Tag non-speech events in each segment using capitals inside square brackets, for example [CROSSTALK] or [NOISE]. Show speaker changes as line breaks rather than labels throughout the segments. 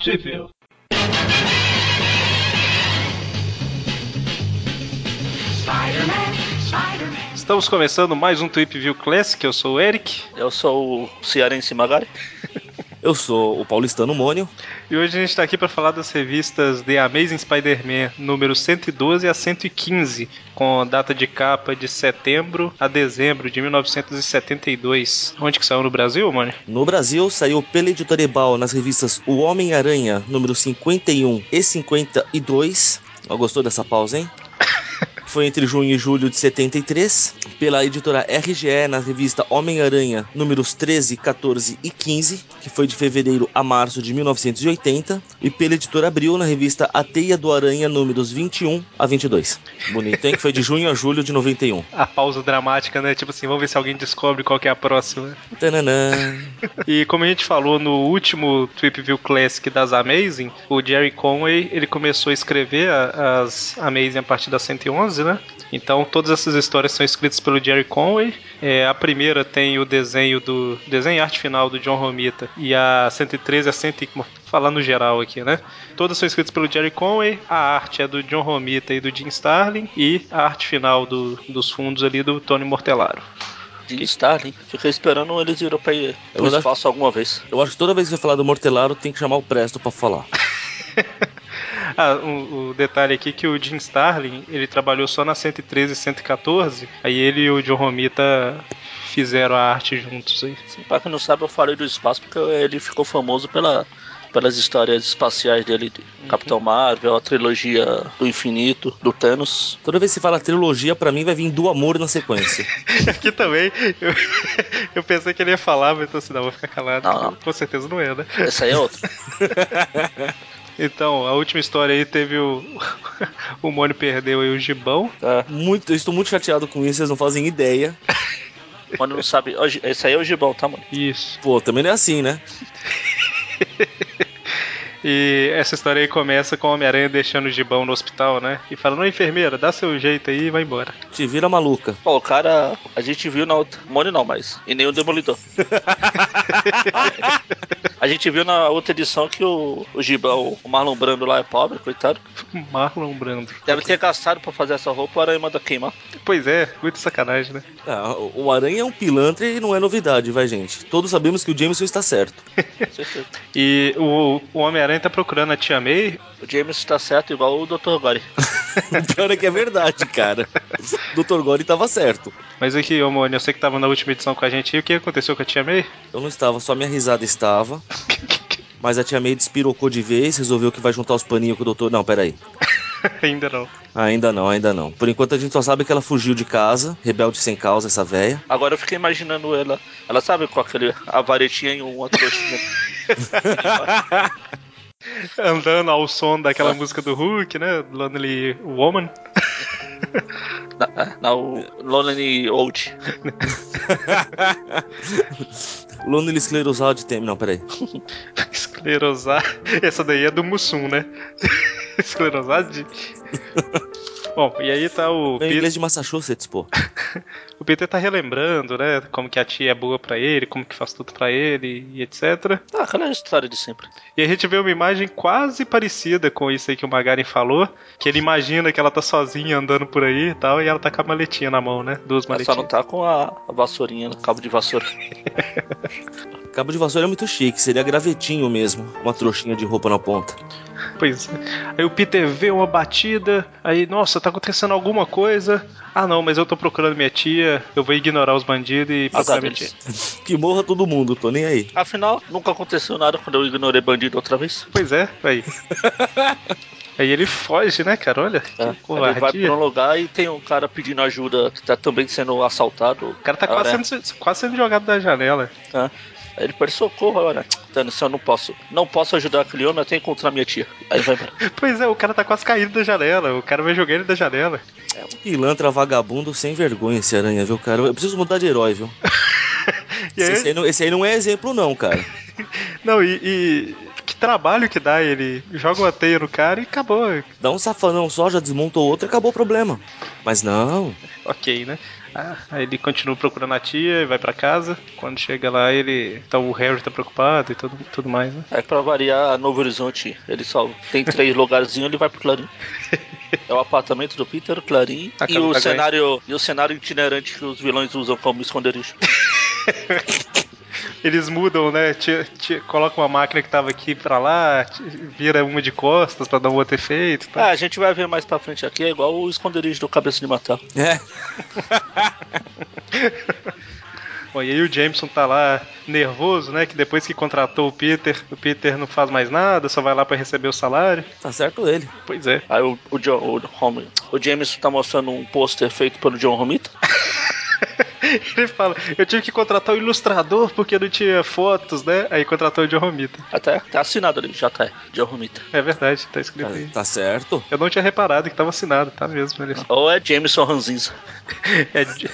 Sheffield. Estamos começando mais um Tweep View Classic, eu sou o Eric.
Eu sou o Cearense Magari.
Eu sou o paulistano Mônio.
E hoje a gente está aqui para falar das revistas The Amazing Spider-Man número 112 a 115, com a data de capa de setembro a dezembro de 1972. Onde que saiu no Brasil, Mônio?
No Brasil, saiu pela Editorial nas revistas O Homem-Aranha número 51 e 52. Ó, Gostou dessa pausa, hein? foi entre junho e julho de 73, pela editora RGE na revista Homem-Aranha, números 13, 14 e 15, que foi de fevereiro a março de 1980, e pela editora Abril na revista A Teia do Aranha, números 21 a 22. Bonito, hein? Que foi de junho a julho de 91.
A pausa dramática, né? Tipo assim, vamos ver se alguém descobre qual que é a próxima.
Tananã.
E como a gente falou no último Trip View Classic das Amazing, o Jerry Conway, ele começou a escrever a- as Amazing a partir da 111, né? Então todas essas histórias são escritas pelo Jerry Conway. É, a primeira tem o desenho do desenho e arte final do John Romita e a 113 a 100 vou falar no geral aqui, né? Todas são escritas pelo Jerry Conway, a arte é do John Romita e do Jim Starlin e a arte final do- dos fundos ali do Tony Mortellaro.
De Starling. Fiquei esperando eles irem pra ir pro
Eu acho-
espaço alguma vez.
Eu acho que toda vez que eu falar do Mortelaro, tem que chamar o Presto pra falar.
Ah, o, o detalhe aqui é que o Jim Starlin, ele trabalhou só na 113 e 114, aí ele e o John Romita fizeram a arte juntos aí.
Sim, pra quem não sabe, eu falei do espaço porque ele ficou famoso pela, pelas histórias espaciais dele. de Capitão Marvel, a trilogia do infinito, do Thanos.
Toda vez que se fala trilogia, pra mim vai vir do amor na sequência.
[LAUGHS] Aqui também, eu, eu pensei que ele ia falar, mas então assim, não, vou ficar calado,
Não, não.
com certeza não é, né?
Essa aí é outra.
Então, a última história aí teve o... [LAUGHS] o Mônio perdeu aí o Gibão,
É.
Tá? Muito, eu estou muito chateado com isso, vocês não fazem ideia.
Mano, não sabe. Ó, Gi- Esse aí é o Gibão, tá, mano?
isso.
Pô, também não é assim, né?
E essa história aí começa com o Homem-Aranha deixando o Gibão no hospital, né? E falando, "Ô, enfermeira, dá seu jeito aí e vai embora.
Te vira maluca.
Pô, o cara, a gente viu na outra. Mone não, mas. E nem o Demolidor. a gente viu na outra edição que o, o Gibão, o Marlon Brando lá é pobre, coitado.
[LAUGHS] Marlon Brando.
Deve ter gastado pra fazer essa roupa, o aranha manda queimar.
Pois é, muito sacanagem, né?
Ah, o Aranha é um pilantra e não é novidade, vai, gente. Todos sabemos que o Jameson está certo. [LAUGHS]
Com certeza.
E o, o Homem-Aranha tá procurando a Tia May.
O James tá certo, igual o Dr. Gore.
O pior é que é verdade, cara. O Dr. Gore estava certo.
Mas aqui, ô Mônio, eu sei que tava na última edição com a gente aí. O que aconteceu com a Tia May? [LAUGHS]
Eu não estava, só minha risada estava. Mas a tia May despirocou de vez, resolveu que vai juntar os paninhos com o doutor. Não, peraí.
Ainda não.
Ainda não, ainda não. Por enquanto a gente só sabe que ela fugiu de casa, rebelde sem causa, essa véia.
Agora eu fiquei imaginando ela. Ela sabe com aquele. um, A varetinha e uma trouxinha.
Andando ao som
[LAUGHS]
daquela música do Hulk, né? Lonely Woman. [LAUGHS]
na, na- o Lonely Old.
Lonely esclerosado de tempo. Não, peraí.
Esclerosar. Essa daí é do Mussum, né? [LAUGHS] Esclerosar
[LAUGHS]
de. Bom, e aí tá o
É em
Peter.
inglês de Massachusetts, pô.
O Peter tá relembrando, né? Como que a tia é boa pra ele, como que faz tudo pra ele e etc.
Ah, aquela história de sempre.
E a gente vê uma imagem quase parecida com isso aí que o Magaren falou, que ele imagina que ela tá sozinha andando por aí e tal, e ela tá com a maletinha na mão, né? Duas
Ela só não
maletinhas.
tá com a, a vassourinha, né? cabo de vassoura.
Cabo de vassoura é muito chique, seria gravetinho mesmo. Uma trouxinha de roupa na ponta.
Pois é. Aí o Peter vê uma batida, aí, nossa, tá acontecendo alguma coisa. Ah não, mas eu tô procurando minha tia, eu vou ignorar os bandidos e procurar
Azar
minha tia.
deles.
Que morra todo mundo, tô nem aí.
Afinal, nunca aconteceu nada quando eu ignorei bandido outra vez.
Pois é,
[LAUGHS]
aí. aí ele foge, né, cara? Olha, que
É, Ele vai
covardia.
pra um lugar e tem um cara pedindo ajuda que tá também sendo assaltado.
O cara tá quase sendo, quase sendo jogado da janela.
Tá? Aí ele pede socorro, aí, olha. Dani, se eu não posso. Não posso ajudar aquele homem, eu tenho que encontrar minha tia. Aí vai embora.
Pois é, o cara tá quase caindo da janela. O cara vai jogar ele da janela.
Pilantra vagabundo sem vergonha esse aranha, viu, cara? Eu preciso mudar de herói, viu?
E aí-
Esse, aí não, esse aí não é exemplo, não, cara.
Não, e, e que trabalho que dá. Ele joga uma teia no cara e acabou.
Dá um safanão só, já desmontou outro e acabou o problema. Mas não. [LAUGHS]
Ok, né? Ah, aí ele continua procurando a tia e vai pra casa. Quando chega lá, ele. Tá, o Harry tá preocupado e tudo, tudo mais, né?
Aí pra variar, Novo Horizonte, ele só
[LAUGHS]
tem três lugarzinhos, ele vai pro Clarim. É o apartamento do Peter, o Clarim
A
e
casa
o,
tá grande.
cenário, e o cenário itinerante que os vilões usam como
[LAUGHS]
esconderijo.
Eles mudam, né? Tira, tira- coloca uma máquina que tava aqui pra lá, ti- vira uma de costas pra dar um outro efeito. Tá?
Ah, a gente vai ver mais pra frente aqui, é igual o esconderijo do Cabeça de Matar.
É.
Bom, e aí o Jameson tá lá nervoso, né? Que depois que contratou o Peter, o Peter não faz mais nada, só vai lá pra receber o salário.
Tá certo ele.
Pois é.
Aí o, o, John, o, Home, o Jameson tá mostrando um pôster feito pelo John Romita.
[LAUGHS] Ele fala, eu tive que contratar o ilustrador porque não tinha fotos, né? Aí contratou o John Romita.
Até tá assinado ali, já tá. John Romita.
É verdade, tá escrito aí.
Tá certo.
Eu não tinha reparado que tava assinado, tá mesmo.
[LAUGHS]
Ele...
Ou é Jameson Ranzinza.
É, J-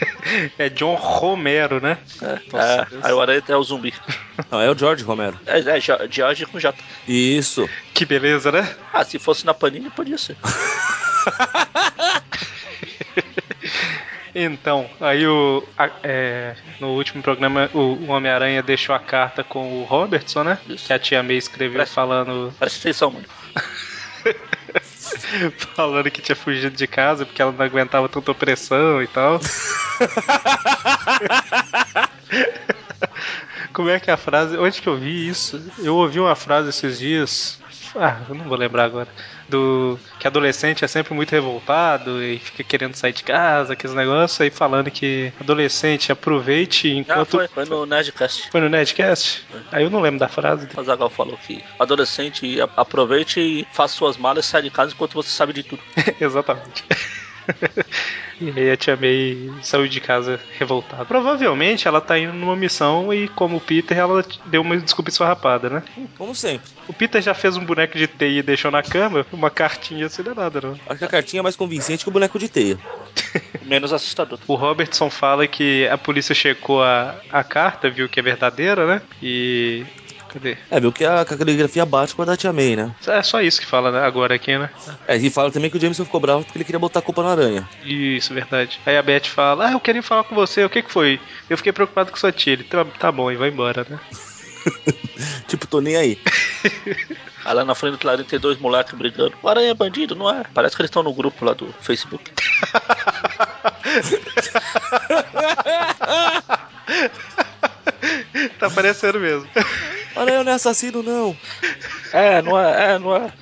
[LAUGHS] é John Romero, né? Nossa, Deus.
É, aí o Aranha é o zumbi.
Não, é o George Romero.
É, é Jo- George com J.
Isso.
Que beleza, né?
Ah, se fosse na Panini, podia ser.
Então, aí o. a- é, no último programa, o, o Homem-Aranha deixou a carta com o Robertson, né?
Isso.
Que a tia May escreveu
É.
falando.
Presta atenção, mano.
[LAUGHS] falando que tinha fugido de casa porque ela não aguentava tanta opressão e tal. Como é que é a frase. Onde que eu vi isso? Eu ouvi uma frase esses dias. Ah, eu não vou lembrar agora. Do que adolescente é sempre muito revoltado e fica querendo sair de casa, aqueles negócios, aí falando que adolescente aproveite
Ah,
enquanto.
foi, foi no Nerdcast.
Foi no Nerdcast? Aí eu não lembro da frase.
O Zagal falou que adolescente, a- aproveite e faça suas malas e sai de casa enquanto você sabe de tudo.
[LAUGHS] Exatamente. E aí a Tia May saiu de casa revoltada. Provavelmente ela tá indo numa missão e como o Peter, ela deu uma desculpa esfarrapada, né?
Como sempre.
O Peter já fez um boneco de teia e deixou na cama, uma cartinha assim não é nada, não.
Acho que a cartinha é mais convincente que o boneco de teia.
Menos assustador.
O Robertson fala que a polícia checou a, a carta, viu que é verdadeira, né? E... Cadê?
É, viu que a, que a caligrafia bate com a da Tia May, né?
É só isso que fala né, agora aqui, né?
É, e fala também que o Jameson ficou bravo porque ele queria botar a culpa na aranha.
Isso, verdade. Aí a Beth fala, ah, eu queria falar com você, o que que foi? Eu fiquei preocupado com sua tia. Ele, tá, tá bom, e vai embora, né?
Tipo, tô nem aí.
Aí lá na frente do Clarim tem dois moleques brigando. O Aranha é bandido, não é? Parece que eles estão no grupo lá do Facebook.
[LAUGHS] Tá parecendo mesmo.
A [LAUGHS] Aranha não é assassino, não.
É, não é, é, não é.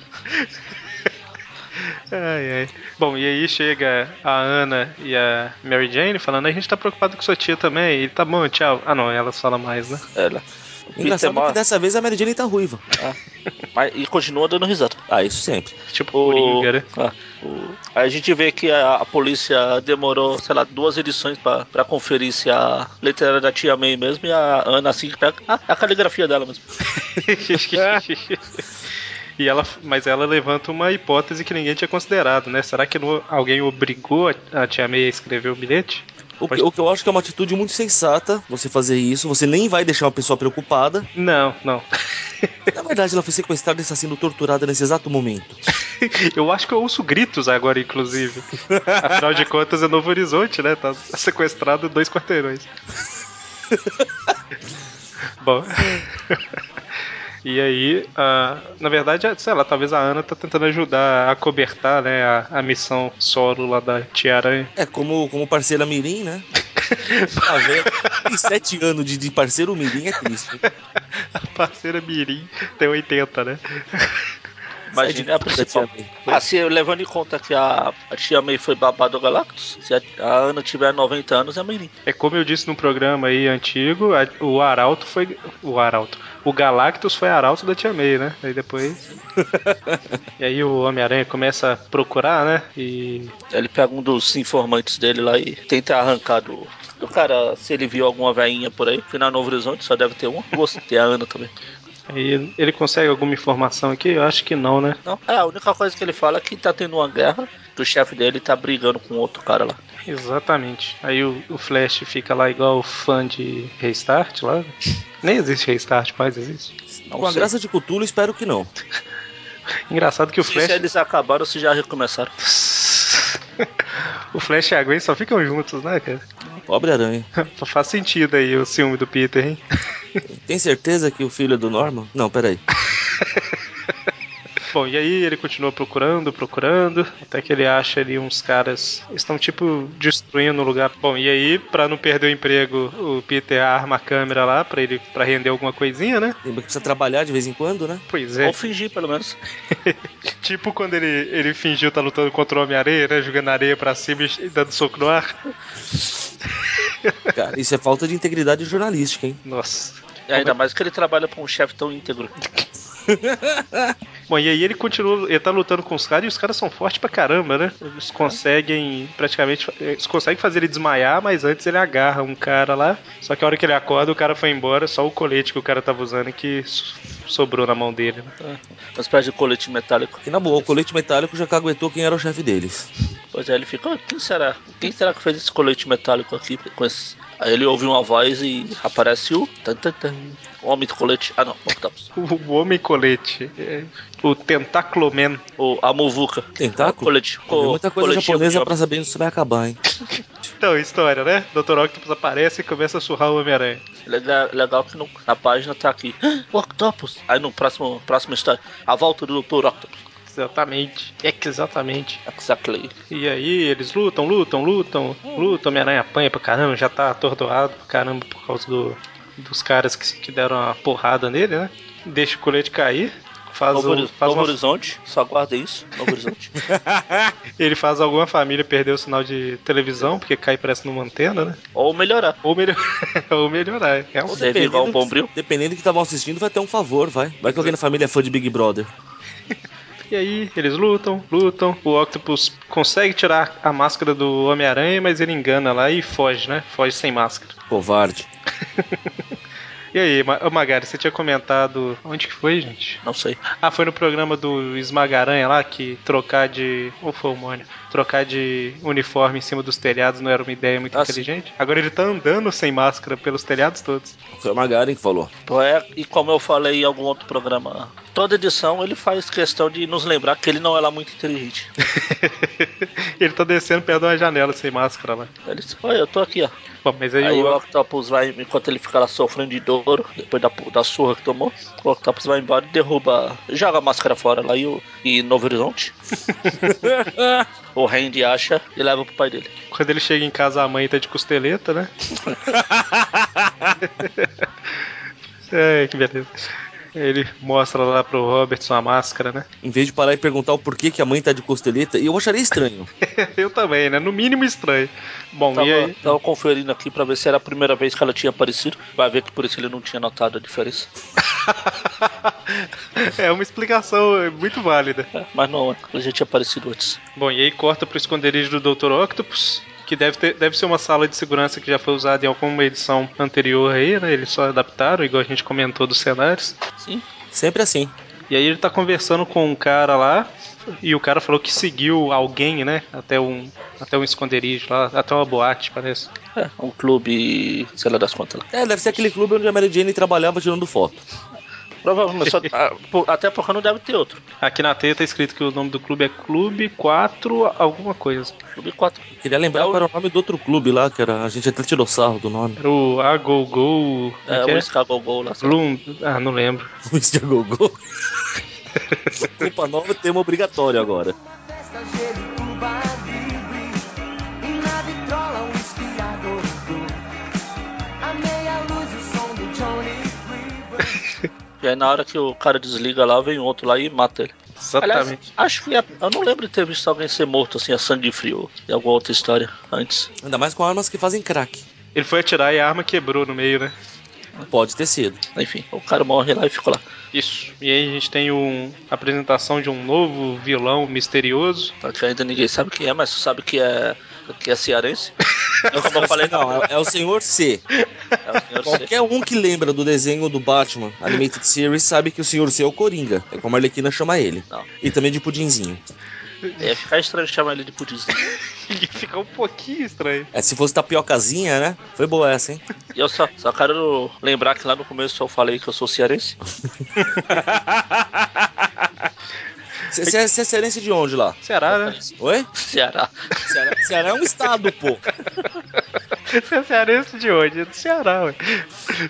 Ai, ai. Bom, e aí chega a Ana e a Mary Jane falando: a gente tá preocupado com sua tia também. Ele tá bom, tchau. Ah, não, elas falam mais, né?
Ela.
Engraçado
É, Peter Moore-
que dessa vez a Mary Jane tá ruiva.
Mas, e continua dando risada.
Ah, isso sempre.
Tipo,
O-
Coringa, né?
[LAUGHS] Ah, o- Aí a gente vê que a, a polícia demorou, sei lá, duas edições pra, pra conferir se a letra era da tia May mesmo e a Ana assim que pega ah, a caligrafia dela mesmo.
E ela, mas ela levanta uma hipótese que ninguém tinha considerado, né? Será que não- alguém obrigou a a tia May a escrever o bilhete?
O,
Pode-
que- o que eu acho que é uma atitude muito sensata você fazer isso. Você nem vai deixar uma pessoa preocupada.
Não, não.
Na verdade, ela foi sequestrada e está sendo torturada nesse exato momento.
[LAUGHS] Eu acho que eu ouço gritos agora, inclusive. Afinal de contas, é Novo Horizonte, né? Tá sequestrado dois quarteirões. [LAUGHS] Bom. [LAUGHS] E aí, ah, na verdade, sei lá, talvez a Ana tá tentando ajudar a cobertar, né, a, a missão solo lá da Tia Aranha.
É, como, como parceira Mirim, né? Tá vendo? Tem sete anos de, de parceiro Mirim é triste.
A parceira Mirim tem 80, né?
Imagina é a principal. Ah, se levando em conta que a, a tia May foi babado Galactus, se a, a Ana tiver 90 anos, é Mirim.
É como eu disse num programa aí antigo, a- o Arauto foi. O Arauto. O Galactus foi Arauto da Tia May, né? Aí depois. e aí o Homem-Aranha começa a procurar, né? E.
Ele pega um dos informantes dele lá e tenta arrancar do, do cara se ele viu alguma veinha por aí. Fui na Novo Horizonte, só deve ter uma. Você tem a Ana também.
Aí ele consegue alguma informação aqui? Eu acho que não, né?
Não, é, a única coisa que ele fala é que tá tendo uma guerra, que o chefe dele tá brigando com outro cara lá.
Exatamente. Aí o, o Flash fica lá igual fã de Restart lá. Nem existe Restart, mas existe.
Não
Com a
sei.
graça de Cthulhu, espero que não.
Engraçado que o
Se, se
Flash.
eles acabaram ou se já recomeçaram.
[LAUGHS] o Flash e a Gwen só ficam juntos, né, cara? [LAUGHS]
Pobre aranha.
Só faz sentido aí o ciúme do Peter, hein?
Tem certeza que o filho é do Norman? Não, peraí.
Bom, e aí ele continua procurando, procurando, até que ele acha ali uns caras estão tipo destruindo o lugar. Bom, e aí, pra não perder o emprego, o Peter arma a câmera lá pra ele para render alguma coisinha, né?
Lembra que precisa trabalhar de vez em quando, né?
Pois
Ou
é,
fingir, pelo menos.
tipo quando ele, ele fingiu estar lutando contra o Homem-Areia, né? Jogando areia pra cima e dando soco no ar.
Cara, isso é falta de integridade jornalística, hein?
Nossa. é?
Ainda mais que ele trabalha pra um chefe tão íntegro.
Bom, e aí ele continua, ele tá lutando com os caras e os caras são fortes pra caramba, né? Eles conseguem praticamente, eles conseguem fazer ele desmaiar, mas antes ele agarra um cara lá. Só que a hora que ele acorda, o cara foi embora, só o colete que o cara tava usando que so- sobrou na mão dele, né? [LAUGHS]
Uma espécie É, de colete metálico.
Que na boa, o colete metálico já caguetou quem era o chefe deles.
Pois é, ele fica, "Ah, quem será? Quem será que fez esse colete metálico aqui? Com esse... Aí ele ouve uma voz e aparece o. Tan, tan, tan. O homem do colete. Ah não, Octopus.
O, o homem colete, é, o tentacloman.
O, a Muvuca.
Tentáculo?
Colete.
Tem muita coisa
coletivo de
japonesa
homem.
pra saber onde isso vai acabar, hein?
Então, história, né? Dr. Octopus aparece e começa a surrar o Homem-Aranha.
Legal, é legal que no- na página tá aqui. "Ah, O Octopus. Aí no próximo, próximo história. A volta do Dr. Octopus.
Exatamente. É que exatamente.
Exactly.
E aí eles lutam, lutam, lutam, lutam, Homem-Aranha apanha pra caramba, já tá atordoado pra caramba por causa do, dos caras que, que deram a porrada nele, né? Deixa o colete cair, faz,
Novo,
o, um- faz uma,
Novo Horizonte. Só guarda isso.
[LAUGHS]
Novo Horizonte.
ele faz alguma família perder o sinal de televisão, porque cai parece numa antena, né?
Ou melhorar.
Ou, melhor, [LAUGHS] ou melhorar, é um-
Você é igual um bombril.
Dependendo do que estavam assistindo, vai ter um favor, vai. Vai que alguém na família é fã de Big Brother.
E aí eles lutam, lutam, o Octopus consegue tirar a máscara do Homem-Aranha, mas ele engana lá e foge, né? Foge sem máscara.
Covarde.
E aí, Ma- ô, Magari, você tinha comentado... Onde que foi, gente?
Não sei.
Ah, foi no programa do Esmagaranha lá que trocar de. Ou foi o Mônio? Trocar de uniforme em cima dos telhados não era uma ideia muito
Ah,
inteligente. Agora ele tá andando sem máscara pelos telhados todos. [LAUGHS]
Foi a Magaren que falou.
Então é- e como eu falei em algum outro programa, toda edição ele faz questão de nos lembrar que ele não é lá muito inteligente.
ele tá descendo perto de uma janela sem máscara lá.
Ele diz, olha, eu tô aqui, ó.
Bom, mas aí,
Aí
o.
o Octopus vai, enquanto ele fica lá sofrendo de dor, depois da, da surra que tomou, o Octopus vai embora e derruba, joga a máscara fora lá e, o, e
[LAUGHS]
Novo Horizonte. o Randy acha e leva pro pai dele.
Quando ele chega em casa, a mãe tá de costeleta, [LAUGHS] né? é, que beleza. Ele mostra lá pro Robertson a máscara, né? [LAUGHS]
Em vez de parar e perguntar o porquê que a mãe tá de costeleta, e eu acharia estranho.
Eu também, né? No mínimo estranho. Tá Bom,
Tava,
e aí?
tava conferindo aqui pra ver se era a primeira vez que ela tinha aparecido. Vai ver que por isso ele não tinha notado a diferença.
[LAUGHS] é uma explicação muito válida.
É, mas não, ela já tinha aparecido antes.
Bom, e aí corta pro esconderijo do Dr. Octopus, que deve, ter, deve ser uma sala de segurança que já foi usada em alguma edição anterior aí, né? Eles só adaptaram, igual a gente comentou dos cenários.
Sim.
Sempre assim.
E aí ele tá conversando com um cara lá, e o cara falou que seguiu alguém, né? Até um, até um esconderijo lá, até uma boate, parece.
É, um clube, sei lá das contas lá.
É, deve ser aquele clube onde a Mary Jane trabalhava tirando foto.
Provavelmente,
[LAUGHS]
só- ah, por- até porque não deve ter outro.
Aqui na teia tá escrito que o nome do clube é Clube 4 alguma coisa.
Clube 4.
Queria lembrar
É o-
qual era o nome do outro clube lá, que era. A gente até tirou sarro do nome. [LAUGHS]
Era o Agogô... como
É,
que
o
é?
Escabogol lá. sei lá.
Bloom... Ah, não lembro.
Luiz de Agogô. [LAUGHS] Culpa nova, tema obrigatório agora.
Uma festa gelo e Cuba livre E na vitrola um esquiador A meia luz o som do Johnny River
E aí na hora que o cara desliga lá, vem outro lá e mata ele.
Exatamente.
Aliás, acho que é- eu não lembro de ter visto alguém ser morto assim, a sangue frio, em alguma outra história antes.
Ainda mais com armas que fazem crack.
Ele foi atirar e a arma quebrou no meio, né?
Pode ter sido.
Enfim, o cara morre lá e ficou lá.
Isso. E aí a gente tem um, a apresentação de um novo vilão misterioso.
Só que ainda ninguém sabe quem é, mas sabe que é, que é cearense.
[LAUGHS]
Eu, como eu falei,
Não, é, é o senhor C.
é o senhor C.
Qualquer um que lembra do desenho do Batman Animated Series sabe que o senhor C é o Coringa. É como a Arlequina chama ele.
Não.
E também de pudinzinho.
É ficar estranho chamar ele de pudizinho.
[LAUGHS] E fica ficar um pouquinho estranho.
É, se fosse tapiocazinha, né? Foi boa essa, hein?
E eu só, só quero lembrar que lá no começo eu falei que eu sou cearense. [LAUGHS]
Você você é você é cearense de onde lá?
[LAUGHS] Ceará, né?
Oi?
Ceará.
Ceará, Ceará é um estado, pô.
Você é cearense de onde? É do Ceará, ué.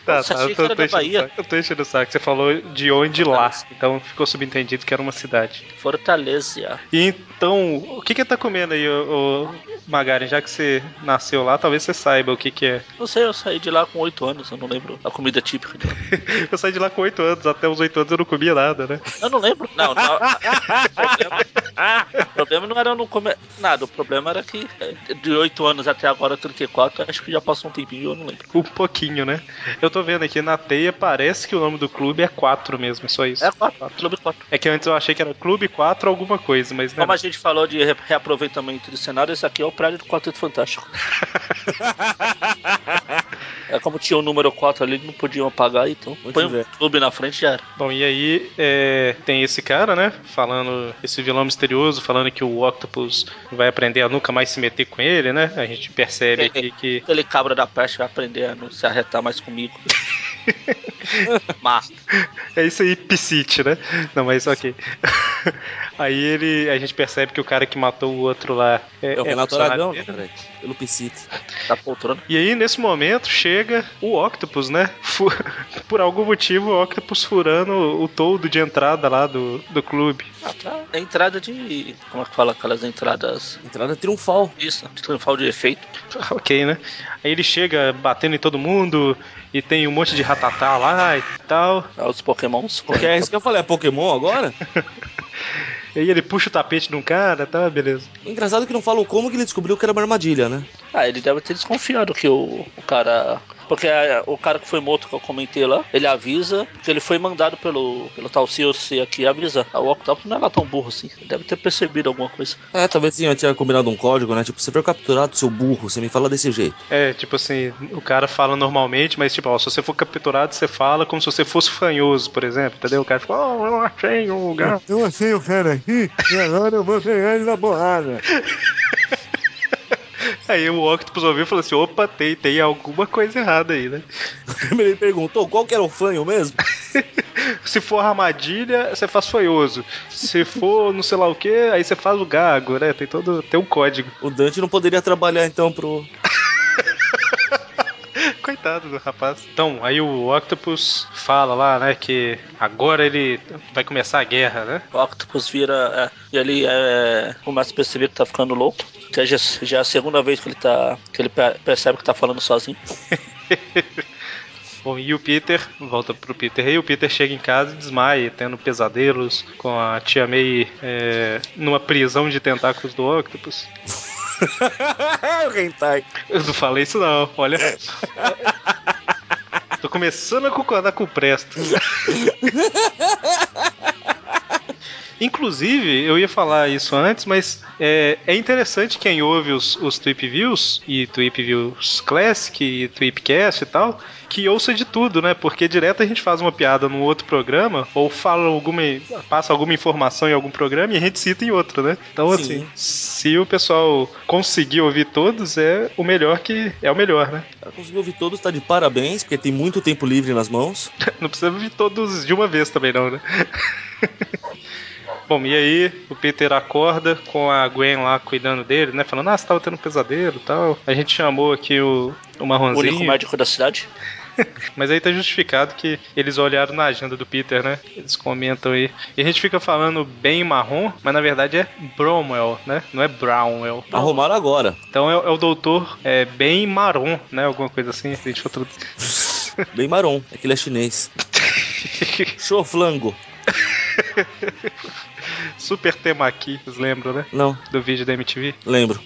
Tá,
Nossa,
tá,
achei
eu
que
tô,
era
tô
da
enchendo o
Bahia.
saco. Eu tô enchendo o saco. Você falou de onde lá, então ficou subentendido que era uma cidade.
Fortaleza.
Então, o que que tá comendo aí, ô, ô Magaren? Já que você nasceu lá, talvez você saiba o que que é.
Não sei, eu saí de lá com 8 anos, eu não lembro a comida típica. de lá.
Eu saí de lá com 8 anos, até os 8 anos eu não comia nada, né?
Eu não lembro. Não,
[LAUGHS]
não. o, problema, o problema não era não comer nada, o problema era que eh, de 8 anos até agora, 34, acho que já passou um tempinho e eu não lembro.
Um pouquinho, né? Eu tô vendo aqui na teia, parece que o nome do clube é 4 mesmo, é só isso.
É 4, clube 4.
É que antes eu achei que era Clube 4 alguma coisa, mas
É
né?
Como a gente falou de re- reaproveitamento de cenário, esse aqui é o prédio do Quarteto Fantástico. é como tinha o número 4 ali, não podiam apagar, então
Muito
põe o
bem.
clube na frente já era.
Bom, e aí é, tem esse cara, né? Falando, esse vilão misterioso, falando que o Octopus vai aprender a nunca mais se meter com ele, né? A gente
É.
percebe aqui que.
Aquele cabra da peste vai aprender a não se arretar mais
[LAUGHS]
comigo. Mas,
É isso aí, Piscite, né? Não, mas ok. [LAUGHS] aí ele. A gente percebe que o cara que matou o outro lá é,
É o
é
Renato
funcionário
Aragão, né?
dele.
Peraí. Pelo Piscite.
tá poltrona.
E aí, nesse momento, chega o Octopus, né? Fu- [LAUGHS] Por algum motivo, o Octopus furando o toldo de entrada lá do, do clube. [LAUGHS]
Ah, tá. É entrada de. Como é que fala aquelas entradas?
Entrada triunfal.
Isso, né? de triunfal de efeito.
Ok, né? Aí ele chega batendo em todo mundo e tem um monte de ratatá lá e tal.
Ah, Os pokémons.
Que é isso que eu falei, é Pokémon agora?
E aí ele puxa o tapete de um cara, tá? Beleza.
Engraçado que não falam como que ele descobriu que era uma armadilha, né?
Ah, ele deve ter desconfiado que o, o cara. Porque ah, o cara que foi morto que eu comentei lá, ele avisa que ele foi mandado pelo, pelo tal COC aqui avisar. Ah, O Octopus não é lá tão burro assim. Ele deve ter percebido alguma coisa.
É, talvez sim, eu tinha combinado um código, né? Tipo, você foi capturado, seu burro, você me fala desse jeito.
É, tipo assim, o cara fala normalmente, mas tipo, ó, se você for capturado, você fala como se você fosse fanhoso, por exemplo, entendeu? O cara fica, oh, eu achei um
[LAUGHS]
lugar.
Ah, Eu achei o cara aqui e agora eu vou pegar ele na borrada.
Aí o Octopus ouviu e falou assim, opa, tem, tem alguma coisa errada aí, né?
[LAUGHS] ele perguntou qual que era o fanho mesmo.
Se for armadilha, você faz fanhoso. Se for não sei lá o que, aí você faz o gago, né? Tem todo, tem um código.
O Dante não poderia trabalhar então pro.
[LAUGHS]
[LAUGHS]
Coitado do rapaz. Então, aí o Octopus fala lá, né, que agora ele vai começar a guerra, né?
O Octopus vira. É, e ele é, começa a perceber que tá ficando louco. Que já, já é a segunda vez que ele tá. que ele pe- percebe que tá falando sozinho.
Bom, e o Peter, volta pro Peter, e o Peter chega em casa e desmaia, tendo pesadelos com a tia May é, numa prisão de tentáculos do Octopus.
o Hentai.
Eu não falei isso não, olha. Tô começando a concordar com o Presto. Inclusive, eu ia falar isso antes, mas é, é interessante quem ouve os, os Tweep Views e Tweep Views Classic e Tweepcast e tal, que ouça de tudo, né? Porque direto a gente faz uma piada num outro programa, ou fala alguma. passa alguma informação em algum programa e a gente cita em outro, né? Então,
Sim.
assim, se o pessoal conseguir ouvir todos, é o melhor que. é o melhor, né?
Conseguiu ouvir todos, tá de parabéns, porque tem muito tempo livre nas mãos.
Não precisa vir todos de uma vez também, não, né? Bom, e aí o Peter acorda com a Gwen lá cuidando dele, né? Falando, ah, você tava tendo um pesadelo e tal. A gente chamou aqui o, o
O único
Marronzinho,
médico da cidade.
mas aí tá justificado que eles olharam na agenda do Peter, né? Eles comentam aí. E a gente fica falando bem marrom, mas na verdade é Bromwell, né? Não é Brownwell.
Arrumaram agora.
Então é, é o doutor é, bem marrom, né? Alguma coisa assim, se a gente for traduzir.
Bem Maron, é que ele é chinês. Choflango.
Super tema aqui, vocês lembram, né?
Não,
Do vídeo da MTV. [LAUGHS]
lembro.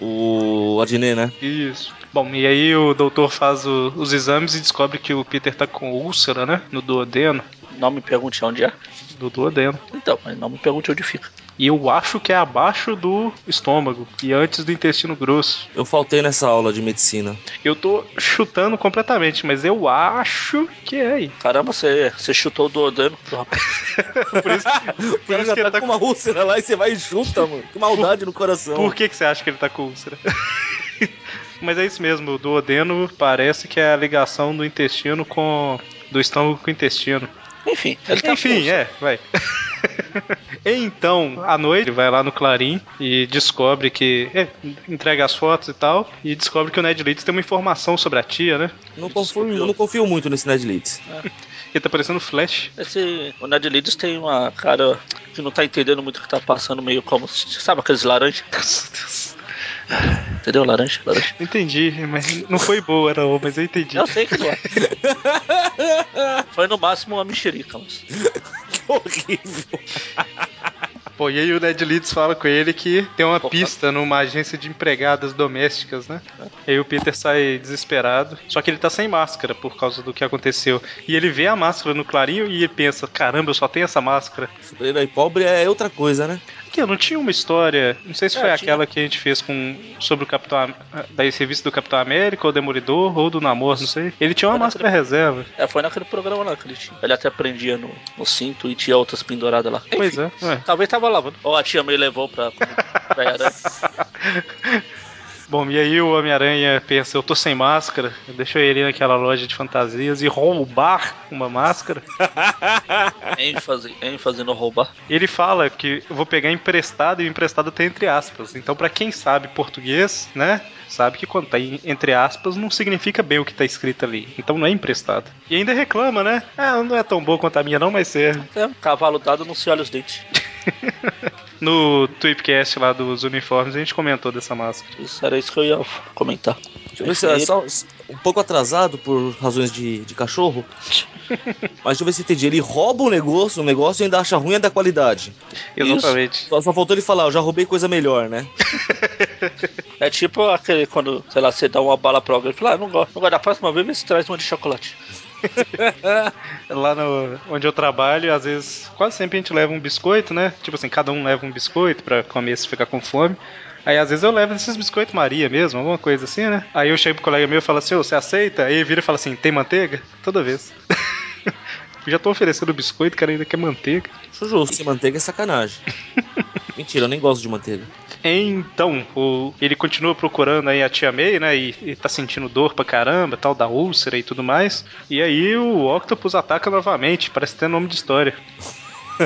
O Adnet, né?
Isso. Bom, e aí o doutor faz o- os exames e descobre que o Peter tá com úlcera, né? No duodeno.
Não me pergunte onde é.
do duodeno.
Então, mas não me pergunte onde fica.
E eu acho que é abaixo do estômago e antes do intestino grosso.
Eu faltei nessa aula de medicina.
Eu tô chutando completamente, mas eu acho que é aí.
Caramba, você, você chutou o duodeno do rapaz.
Por isso,
O
[LAUGHS] por
cara
isso
já
que ele
tá
tá
com
com.
uma úlcera lá e você vai e chuta, mano. Que maldade no coração.
Por que, que você acha que ele tá com úlcera? [LAUGHS] mas é isso mesmo, o duodeno parece que é a ligação do intestino com. do estômago com o intestino.
Enfim, ele tá
Enfim, é, vai. [LAUGHS] então, à noite, ele vai lá no Clarim e descobre que. é, entrega as fotos e tal. E descobre que o Ned Leeds tem uma informação sobre a tia, né?
Não confio, eu não confio muito nesse Ned Leeds.
Ele tá parecendo Flash.
Esse, o Ned Leeds tem uma cara que não tá entendendo muito o que tá passando, meio como. Sabe aqueles laranja? Entendeu? Laranja? Laranja.
Entendi, mas não foi boa, não, mas eu entendi.
Eu sei que não é. Foi no máximo uma mexerica, mas.
É
Horrível.
[LAUGHS] Pô, e aí o Ned Leeds fala com ele que tem uma
Opa.
pista numa agência de empregadas domésticas, né? E aí o Peter sai desesperado. Só que ele tá sem máscara por causa do que aconteceu. E ele vê a máscara no clarinho e ele pensa: caramba, eu só tenho essa máscara.
Super-herói pobre é outra coisa, né?
Que não tinha uma história, não sei se
É,
foi
tinha.
aquela que a gente fez com sobre o Capitão Am- da serviço do Capitão América ou Demolidor ou do Namor, não sei. Ele tinha uma
Era
máscara reserva.
É, foi naquele programa lá que ele tinha. Ele até prendia no, no cinto e tinha outras penduradas lá. Enfim,
Pois é, ué.
Talvez tava lavando. Ou a tia meio levou pra. pra aranha.
Bom, e aí o Homem-Aranha pensa, eu tô sem máscara, deixa eu ir ali naquela loja de fantasias e roubar uma máscara.
ênfase, ênfase no roubar.
Ele fala que eu vou pegar emprestado e o emprestado tem entre aspas. Então, pra quem sabe português, né? Sabe que quando tá em- entre aspas não significa bem o que tá escrito ali. Então não é emprestado. E ainda reclama, né? Ah, não é tão boa quanto a minha, não, mas serve.
É, cavalo dado não se olha os dentes.
No Tweepcast lá dos uniformes, a gente comentou dessa máscara.
Isso era isso que eu ia comentar.
Deixa eu ver se é só- um pouco atrasado por razões de,
[LAUGHS]
de cachorro. Mas deixa eu ver se eu entendi. Ele rouba um negócio, um negócio e ainda acha ruim é da qualidade.
Isso.
Exatamente.
Só, só faltou ele falar, eu já roubei coisa melhor, né?
É tipo aquele quando, sei lá, você dá uma bala pra alguém e fala, ah, não gosto. Agora, da próxima vez, vê se traz uma de chocolate.
Lá no, onde eu trabalho, às vezes, quase sempre a gente leva um biscoito, né? Tipo assim, cada um leva um biscoito pra comer se ficar com fome. Aí às vezes eu levo esses biscoitos Maria mesmo, alguma coisa assim, né? Aí eu chego pro colega meu e falo assim, ô, você aceita? Aí ele vira e fala assim, tem manteiga? Toda vez. [LAUGHS] Já tô oferecendo biscoito, o cara ainda quer manteiga.
Acho justo. Sem manteiga é sacanagem.
[LAUGHS]
Mentira, eu nem gosto de manteiga.
Então, o- ele continua procurando aí a tia May, né? E, e tá sentindo dor pra caramba, tal, da úlcera e tudo mais. E aí o Octopus ataca novamente, parece ter nome de história.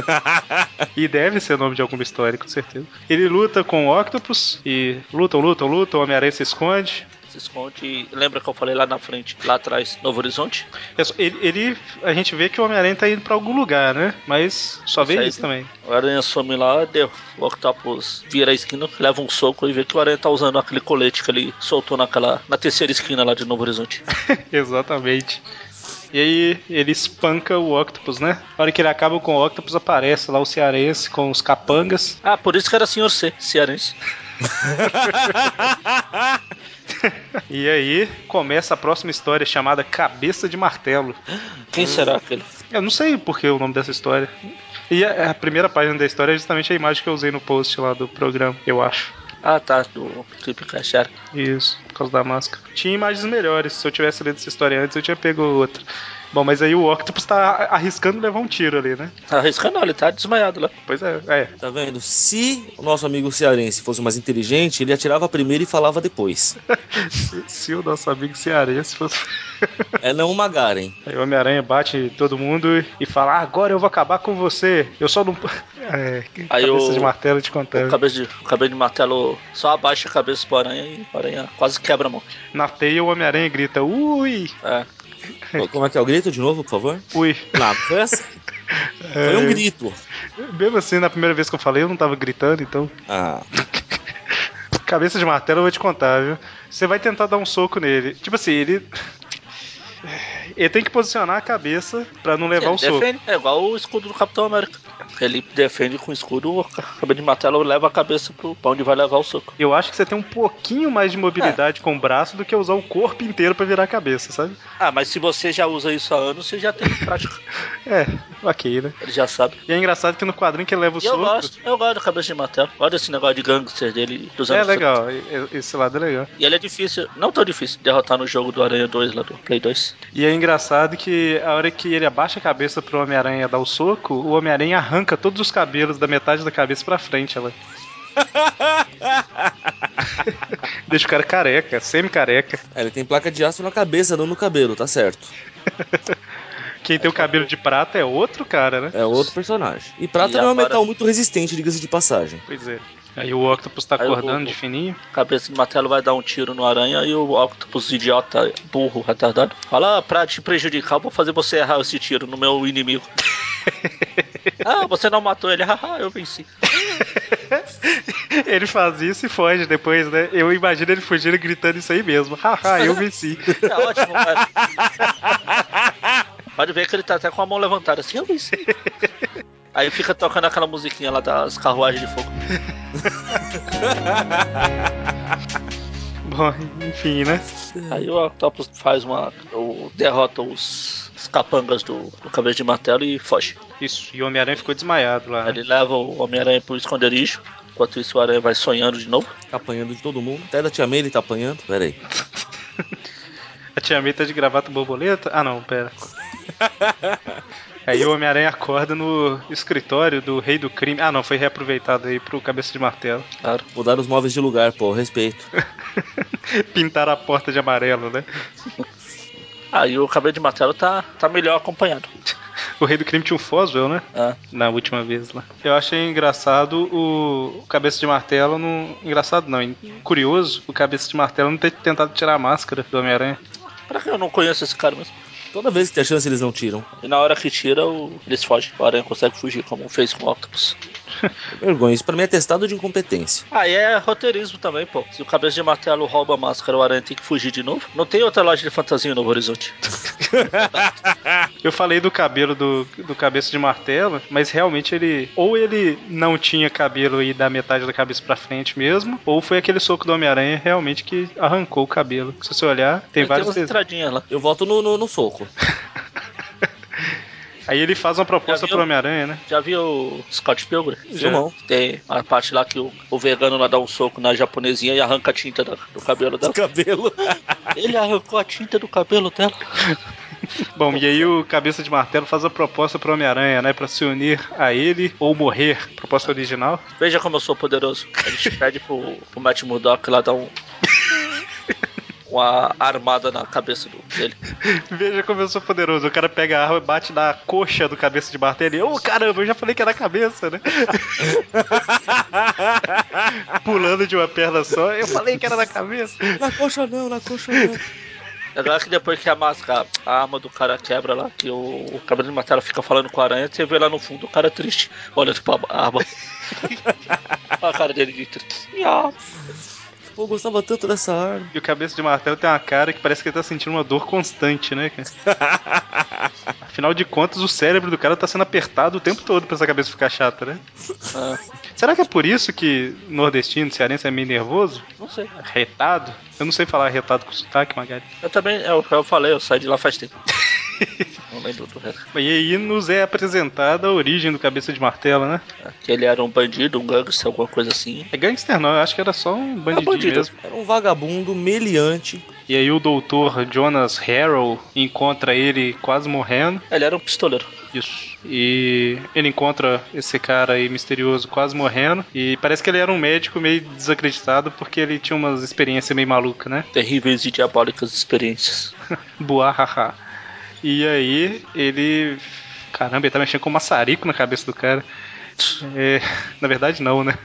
[LAUGHS] e deve ser nome de alguma história, com certeza. Ele luta com o Octopus e lutam, lutam, lutam, o Homem-Aranha se esconde.
Se esconde. e Lembra que eu falei lá na frente, lá atrás, Novo Horizonte?
É só- Ele, ele- a gente vê que o Homem-Aranha tá indo pra algum lugar, né? Mas só vê
Isso aí.
isso também.
O aranha some lá, deu. O Octopus vira a esquina, leva um soco e vê que o aranha tá usando aquele colete que ele soltou naquela, na terceira esquina lá de Novo Horizonte.
Exatamente. E aí ele espanca o Octopus, né? Na hora que ele acaba com o Octopus, aparece lá o cearense com os capangas. [LAUGHS]
Ah, por isso que era Senhor C, cearense.
E aí começa a próxima história chamada Cabeça de Martelo.
Quem será aquele?
Eu não sei por que o nome dessa história. E a, a primeira página da história é justamente a imagem que eu usei no post lá do programa, eu acho.
Ah, tá, do Clipe Cachar.
Isso, por causa da máscara. Tinha imagens melhores. Se eu tivesse lido essa história antes, eu tinha pego outra. Bom, mas aí o Octopus tá arriscando levar um tiro ali, né?
Tá arriscando, ele tá desmaiado lá.
Pois é, é.
Tá vendo? Se o nosso amigo cearense fosse mais inteligente, ele atirava primeiro e falava depois.
Se, se o nosso amigo cearense fosse. [LAUGHS]
É não o Magaren.
Aí o Homem-Aranha bate em todo mundo e- e fala: "Ah, agora eu vou acabar com você. Eu só não. [LAUGHS] É,
Aí
cabeça
o-
de martelo te
O
contando.
cabeça de, o cabeça de martelo só abaixa a cabeça pro aranha e o aranha quase quebra a mão.
Na teia o Homem-Aranha grita: ui,
É,
Como é que é o grito de novo, por favor?
ui. [LAUGHS]
Não, foi assim. Foi um grito.
Mesmo assim, na primeira vez que eu falei, eu não tava gritando, então.
Ah,
Cabeça de martelo, eu vou te contar, viu? Você vai tentar dar um soco nele. Tipo assim, ele. [SIGHS] Ele tem que posicionar a cabeça pra não levar o soco.
é defende. É igual o escudo do Capitão América. Ele defende com o escudo, acaba de matar, ela leva a cabeça pro pra onde vai levar o soco.
Eu acho que você tem um pouquinho mais de
É.
mobilidade com o braço do que usar o corpo inteiro pra virar a cabeça, sabe?
Ah, mas se você já usa isso há anos, você já tem [LAUGHS] prática.
É, ok, né?
Ele já sabe.
E é engraçado que no quadrinho que ele leva o
E eu
soco.
gosto, eu gosto da cabeça de martelo. Gosto desse negócio de gangster dele dos
É
anos 70.
legal, e- e- esse lado é legal.
E ele é difícil, não tão difícil de derrotar no jogo do Aranha 2 lá do Play 2.
E é engraçado que a hora que ele abaixa a cabeça pro Homem-Aranha dar o soco, o Homem-Aranha arranca todos os cabelos da metade da cabeça pra frente,
[LAUGHS]
ela. Deixa o cara careca, semi-careca.
É, ele tem placa de aço na cabeça, não no cabelo, tá certo.
Quem tem o cabelo de prata é outro cara, né?
É outro personagem. E prata
E
não é um
agora-
metal muito resistente, diga-se de passagem.
Pois é. Aí o Octopus tá
Aí eu
acordando
vou-
de fininho.
Cabeça de martelo vai dar um tiro no aranha e o Octopus idiota, burro, retardado. Fala, "Ah, pra te prejudicar, eu vou fazer você errar esse tiro no meu inimigo. [LAUGHS] ah, você não matou ele, [LAUGHS] haha, eu venci.
Ele faz isso e foge depois, né? Eu imagino ele fugindo e gritando isso aí mesmo. Haha, eu venci.
É ótimo, cara. [LAUGHS] Pode ver que ele tá até com a mão levantada assim, eu venci. [LAUGHS] Aí fica tocando aquela musiquinha lá das carruagens de fogo.
[LAUGHS] Bom, enfim, né?
Aí o Octopus faz uma. o- derrota os, os capangas do, do cabeça de martelo e foge.
Isso, e o Homem-Aranha ficou desmaiado lá.
Aí Ele leva o Homem-Aranha pro esconderijo. Enquanto isso, o Aranha vai sonhando de novo.
Tá apanhando de todo mundo. Até da tia May ele tá apanhando. Pera aí.
A tia May tá de gravata borboleta? Ah não, [LAUGHS] pera. Aí o Homem-Aranha acorda no escritório do rei do crime. Ah não, foi reaproveitado aí pro cabeça de martelo. [LAUGHS]
Claro.
Mudaram os móveis de lugar, pô, respeito.
Pintaram a porta de amarelo, né?
Aí o cabelo de martelo tá, tá melhor acompanhado.
O rei do crime tinha um Foswell, né?
Ah,
Na última vez lá. Eu achei engraçado o o cabeça de martelo não. Engraçado não, hein? curioso o cabeça de martelo não ter tentado tirar a máscara do Homem-Aranha.
pra que eu não conheço esse cara mesmo?
Toda vez que tem a chance eles não tiram.
E na hora que tira, o- eles fogem. O Aranha consegue fugir, como fez com o Octopus.
Vergonha, isso pra mim é testado de incompetência.
Aí é roteirismo também, pô. Se o cabeça de martelo rouba a máscara, o Aranha tem que fugir de novo. Não tem outra loja de fantasia em Novo Horizonte.
Eu falei do cabelo do, do cabeça de martelo, mas realmente ele. Ou ele não tinha cabelo e da metade da cabeça pra frente mesmo, ou foi aquele soco do Homem-Aranha realmente que arrancou o cabelo. Se você olhar, tem vários.
umas entradinhas lá.
Eu volto no, no, no soco. [LAUGHS]
Aí ele faz uma proposta
Já viu?
pro Homem-Aranha, né?
Já viu o Scott Pilgrim?
Já.
Irmão.
Tem a parte lá que o, o vegano lá dá um soco na japonesinha e arranca a tinta da- do cabelo dela.
Cabelo.
Ele arrancou a tinta do cabelo dela.
Bom, e aí o Cabeça de Martelo faz a proposta pro Homem-Aranha, né? Pra se unir a ele ou morrer. Proposta original.
Veja como eu sou poderoso. A gente pede pro, pro Matt Murdock lá dar um. Uma armada na cabeça do- dele.
[LAUGHS] Veja como eu sou poderoso. O cara pega a arma e bate na coxa do cabeça de martelo e, ô caramba, eu já falei que era a cabeça, né? [LAUGHS] Pulando de uma perna só, eu falei que era na cabeça.
Na coxa não, na coxa não.
Agora É que depois que a máscara, a arma do cara quebra lá, que o, o cabelo de matela fica falando com a aranha, você vê lá no fundo o cara triste, olhando pra arma. [LAUGHS] Olha a cara dele de triste. Miau.
Pô, eu gostava tanto dessa arma.
E o cabeça de martelo tem uma cara que parece que ele tá sentindo uma dor constante, né? cara? Afinal de contas, o cérebro do cara tá sendo apertado o tempo todo pra essa cabeça ficar chata, né?
Ah,
Será que é por isso que nordestino, cearense é meio nervoso?
não sei.
Retado? Eu não sei falar retado com sotaque, Magari.
Eu também, é o que eu falei, eu saí de lá faz [LAUGHS] tempo. não lembro do resto.
E aí nos é apresentada a origem do cabeça de martelo, né?
Que ele era um bandido, um gangster, alguma coisa assim.
É gangster não, eu acho que era só
É
um bandidinho
bandido.
mesmo.
Era um vagabundo meliante.
E aí o doutor Jonas Harrow encontra ele quase morrendo.
Ele era um pistoleiro.
Isso. E ele encontra esse cara aí misterioso quase morrendo. E parece que ele era um médico meio desacreditado porque ele tinha umas experiências meio maluca, né?
Terríveis e diabólicas experiências.
Boa, haha. E aí ele... Caramba, ele tá mexendo com um maçarico na cabeça do cara. É, na verdade não, né?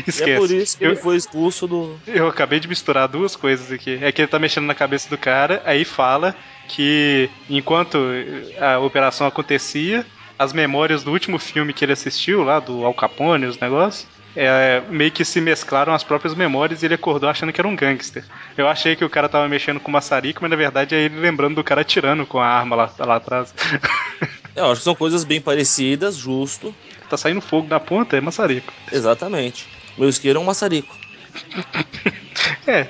[LAUGHS]
E
Esquece.
é por isso que
Eu-
ele foi expulso do.
Eu acabei de misturar duas coisas aqui. É que ele tá mexendo na cabeça do cara, aí fala que enquanto eh, a operação acontecia, as memórias do último filme que ele assistiu, lá do Al Capone, os negócios, é, meio que se mesclaram as próprias memórias e ele acordou achando que era um gangster. Eu achei que o cara tava mexendo com o maçarico, mas na verdade é ele lembrando do cara atirando com a arma lá, lá atrás.
Eu acho que são coisas bem parecidas, justo.
[LAUGHS] Tá saindo fogo da ponta, é maçarico.
Exatamente. Meu isqueiro é um maçarico.
É.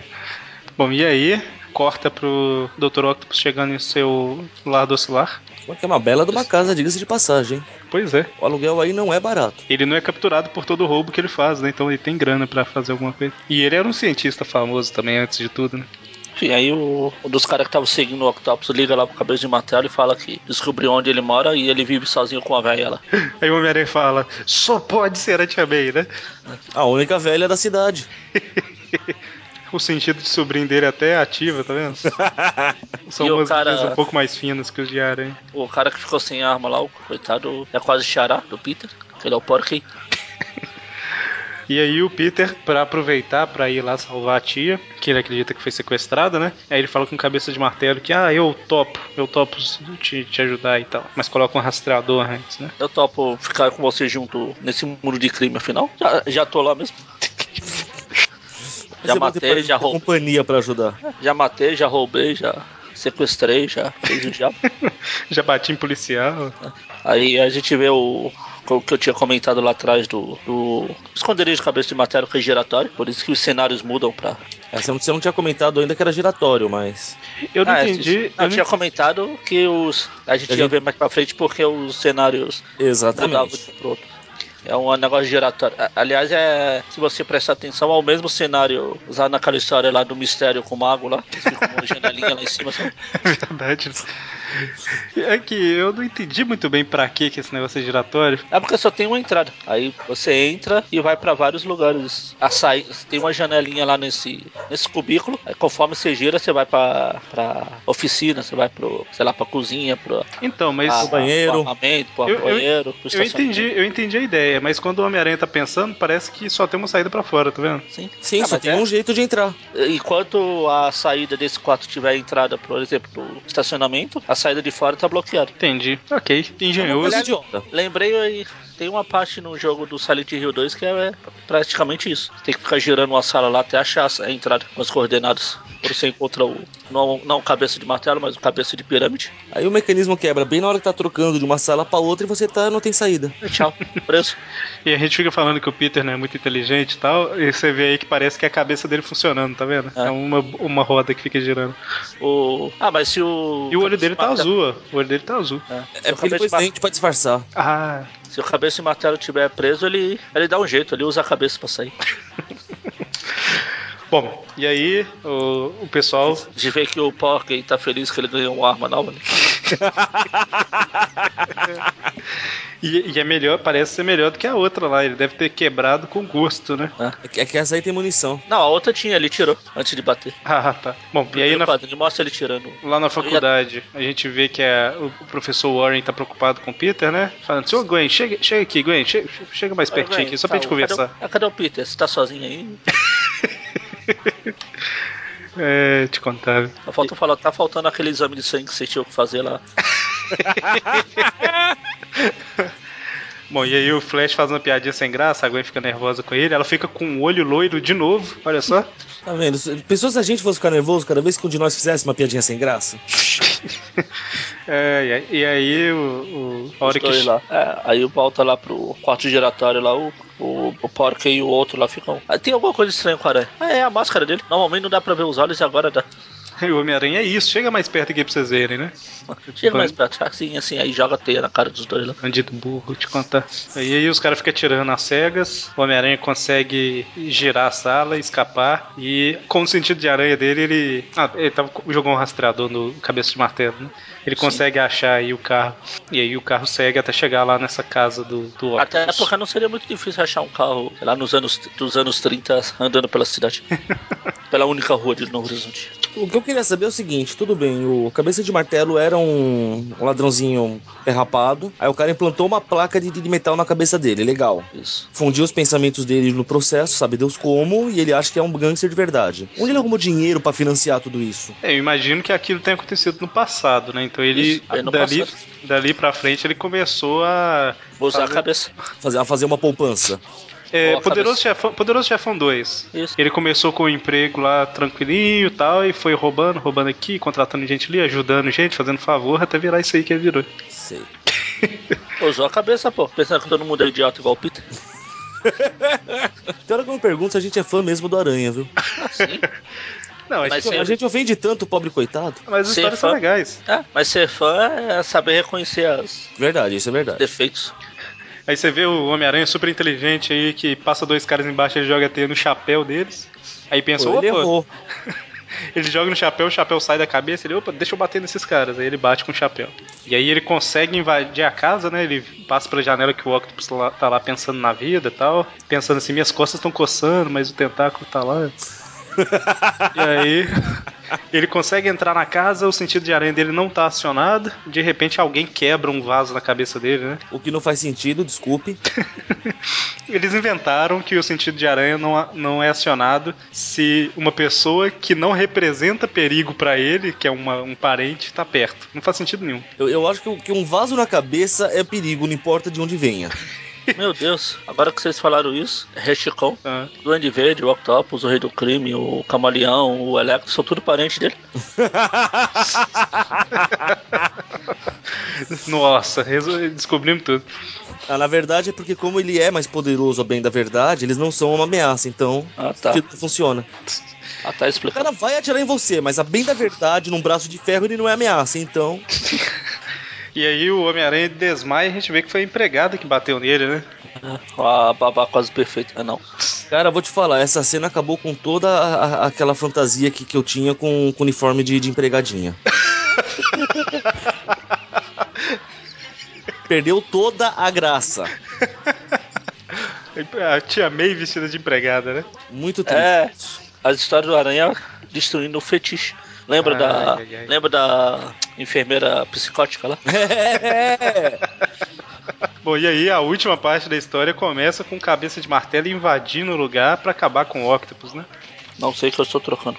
Bom, e aí? Corta pro Dr. Octopus chegando em seu lar docilar.
Só que é uma bela de uma casa, diga-se de passagem. hein?
Pois é.
O aluguel aí não é barato.
Ele não é capturado por todo o roubo que ele faz, né? Então ele tem grana pra fazer alguma coisa. E ele era um cientista famoso também, antes de tudo, né?
Enfim, aí o, um dos caras que tava seguindo o Octopus liga lá pro cabeça de martelo e fala que descobriu onde ele mora e ele vive sozinho com a velha lá.
[LAUGHS] Aí o Homem-Aranha fala: só pode ser a Tia May, né?
A única velha da cidade.
O sentido de sobrinho dele até é ativa, tá
[LAUGHS]
vendo? São
E o
umas
cara-
linhas um pouco mais finas que os de aranha.
O cara que ficou sem arma lá, o coitado, é quase xará do Peter, que ele é o Porky.
E aí o Peter, pra aproveitar pra ir lá salvar a tia, que ele acredita que foi sequestrada, né? Aí ele fala com cabeça de martelo que, ah, eu topo, eu topo te, te ajudar e tal. Mas coloca um rastreador antes, né?
Eu topo ficar com você junto nesse mundo de crime, afinal. Já, já tô lá mesmo.
Você
já
vai ter é pra-
matei, já, roubei,
companhia pra ajudar.
já matei, já roubei, já sequestrei, já fiz o diabo.
Já bati em policial.
Aí a gente vê o. O que eu tinha comentado lá atrás do, do esconderijo de cabeça de matéria que é giratório, por isso que os cenários mudam pra.
É, você não- você não tinha comentado ainda que era giratório, mas.
Eu não
Ah,
entendi.
Eu,
Eu não
tinha comentado que os. A gente
A
ia
gente-
ver mais pra frente porque os cenários mudavam de
Exatamente.
um pro outro. É um negócio giratório. A- Aliás, é. Se você prestar atenção ao mesmo cenário usado naquela história lá do mistério com o mago lá, que fica uma janelinha lá em cima, sabe?
É [LAUGHS] verdade. É que eu não entendi muito bem pra que que esse negócio é giratório.
É porque só tem uma entrada. Aí você entra e vai pra vários lugares. A sai... Tem uma janelinha lá nesse, nesse cubículo. Aí conforme você gira, você vai pra, pra oficina, você vai pro, sei lá, pra cozinha, pro,
Então, mas.
pra-
banheiro.
pro armamento, pro
Eu- eu-
banheiro, pro
Eu
estacionamento.
entendi, eu entendi a ideia, mas quando o Homem-Aranha tá pensando, parece que só tem uma saída pra fora, tá vendo?
Sim,
Sim,
Ah,
só
mas
tem
é-
um jeito de entrar.
Enquanto a saída desse quarto tiver entrada, por exemplo, do estacionamento, a saída de fora tá bloqueada.
Entendi. Ok.
Coisa
Engenhoso.
idiota.
Lembrei aí, tem uma parte no jogo do Silent Hill 2 que é praticamente isso. Tem que ficar girando uma sala lá até achar a entrada com as coordenadas. Quando você encontra o. Não, não o cabeça de martelo, mas o cabeça de pirâmide.
Aí o mecanismo quebra bem na hora que tá trocando de uma sala pra outra e você tá, não tem saída.
É,
E tchau. Preso.
E a gente fica falando que o Peter não é muito inteligente e tal, e você vê aí que parece que é a cabeça dele funcionando, tá vendo? É,
É.
uma, uma roda que fica girando.
O... Ah, mas se o.
E o olho dele tá
Martelo-
azul, ó. O olho dele tá azul.
É, se,
É
o
porque ele
cabeça
pôs
de mar-
dente pra disfarçar.
Ah,
se o cabeça de martelo tiver preso, ele, ele dá um jeito, ele usa a cabeça pra sair.
bom. E aí, o, o pessoal.
De ver que o Porky tá feliz que ele ganhou uma arma nova. Né?
E, e é melhor, parece ser melhor do que a outra lá. Ele deve ter quebrado com gosto, né? [LAUGHS]
É que- É que essa aí tem munição.
Não, a outra tinha, ele tirou antes de bater.
Ah, tá. Bom, e aí
Primeiro
na,
quadrinho mostra ele tirando.
Lá na faculdade, a gente vê que a- o o professor Warren tá preocupado com o Peter, né? Falando, senhor Gwen, chega, chega aqui, Gwen, chega, chega mais pertinho aqui, só pra gente
Tá, o- cadê o-
conversar.
Ah, cadê o Peter? Você tá sozinho aí?
É, te contar. viu?
Tá faltando, falar, tá faltando aquele exame de sangue que você tinha que fazer lá.
Bom, e aí o Flash faz uma piadinha sem graça, a Gwen fica nervosa com ele, ela fica com o olho loiro de novo, olha só. [LAUGHS]
Tá vendo? Se- Pensou se a gente fosse ficar nervoso cada vez que um de nós fizesse uma piadinha sem graça?
É, e aí- e aí o, o- a
Os
hora que.
dois lá. É, aí volta lá pro quarto giratório lá, o, o, o Porky e o outro lá ficam. Ah, tem alguma coisa estranha com o aranha. Ah, é a máscara dele. Normalmente não dá pra ver os olhos e agora dá.
[LAUGHS]
[LAUGHS]
O Homem-Aranha é isso, chega mais perto aqui pra vocês verem, né?
Chega mais perto, assim, assim, aí joga a teia na cara dos dois lá.
Bandido burro, te contar. E aí os caras ficam atirando às cegas, o Homem-Aranha consegue girar a sala, escapar, e com o sentido de aranha dele, ele. Ah, ele tava, jogou um rastreador no cabeça de martelo, né? Ele consegue achar aí o carro. E aí o carro segue até chegar lá nessa casa do, do Octopus.
Até porque não seria muito difícil achar um carro sei lá nos anos, dos anos 30 andando
[LAUGHS]
pela cidade. pela única rua de Novo Horizonte.
O que eu queria saber é o seguinte: tudo bem, o Cabeça de Martelo era um um ladrãozinho derrapado. Aí o cara implantou uma placa de, de metal na cabeça dele, legal.
Isso.
Fundiu os pensamentos dele no processo, sabe Deus como, e ele acha que é um gangster de verdade. Onde ele arrumou dinheiro pra financiar tudo isso?
É, eu imagino que aquilo tenha acontecido no passado, né? Então ele,
Isso, aí no
dali,
passado.
dali pra frente, ele começou a.
Vou usar a
Fazer-
cabeça.
Fazer, a fazer uma poupança.
É,
Boa,
Poderoso
cabeça.
Chefão, Poderoso Chefão 2.
Isso.
Ele começou com o emprego lá tranquilinho e tal, e foi roubando, roubando aqui, contratando gente ali, ajudando gente, fazendo favor, até virar isso aí que ele virou.
Sei.
Usou a cabeça, pô. Pensando que todo mundo é idiota igual o Peter.
Tem hora que eu me pergunto se a gente é fã mesmo do Aranha, viu?
Assim.
Não,
Mas
mas,
sim.
A gente ofende tanto o pobre coitado.
mas as
ser
histórias são
fã-
legais.
É, mas ser fã é saber reconhecer os
Verdade, isso é verdade.
defeitos.
Aí você vê o Homem-Aranha super inteligente aí, que passa dois caras embaixo, ele joga teia no chapéu deles. Aí pensa,
Pô, ele
opa,
errou.
Ele joga no chapéu, o chapéu sai da cabeça, ele, opa, deixa eu bater nesses caras. Aí ele bate com o chapéu. E aí ele consegue invadir a casa, né? Ele passa pela janela que o Octopus lá- tá lá pensando na vida e tal. Pensando assim, minhas costas estão coçando, mas o tentáculo tá lá. e aí [LAUGHS] ele consegue entrar na casa, o sentido de aranha dele não tá acionado. De repente alguém quebra um vaso na cabeça dele, né?
O que não faz sentido, desculpe.
Eles inventaram que o sentido de aranha não, a- não é acionado se uma pessoa que não representa perigo pra ele, que é uma- um parente, tá perto. Não faz sentido nenhum.
Eu, eu acho que, o- que um vaso na cabeça é perigo, não importa de onde venha.
Meu Deus, agora que vocês falaram isso, Rechicon,
tá?
Duende Verde, o Octopus, o Rei do Crime, o Camaleão, o Electro, são tudo parente dele.
Nossa, resol- descobrimos tudo.
Ah, na verdade é porque como ele é mais poderoso a bem da verdade, eles não são uma ameaça, então
Ah, tá.
que funciona.
Ah, tá
O
explicado.
cara vai atirar em você, mas a bem da verdade, num braço de ferro, ele não é ameaça, então.
E aí o Homem-Aranha desmaia e a gente vê que foi a empregada que bateu nele, né?
A babá quase perfeita. Ah, não.
Cara, vou te falar, essa cena acabou com toda a- a- aquela fantasia que, que eu tinha com, com uniforme de, de empregadinha. Perdeu toda a graça.
A tia May vestida de empregada, né? [LAUGHS]
Muito triste.
É, as histórias do Aranha destruindo o fetiche. Lembra
Ai,
da.
ai, ai.
Lembra da enfermeira psicótica lá?
É. Bom, e aí a última parte da história começa com cabeça de martelo invadindo o lugar pra acabar com o Octopus, né?
Não sei o que eu estou
[LAUGHS]
trocando.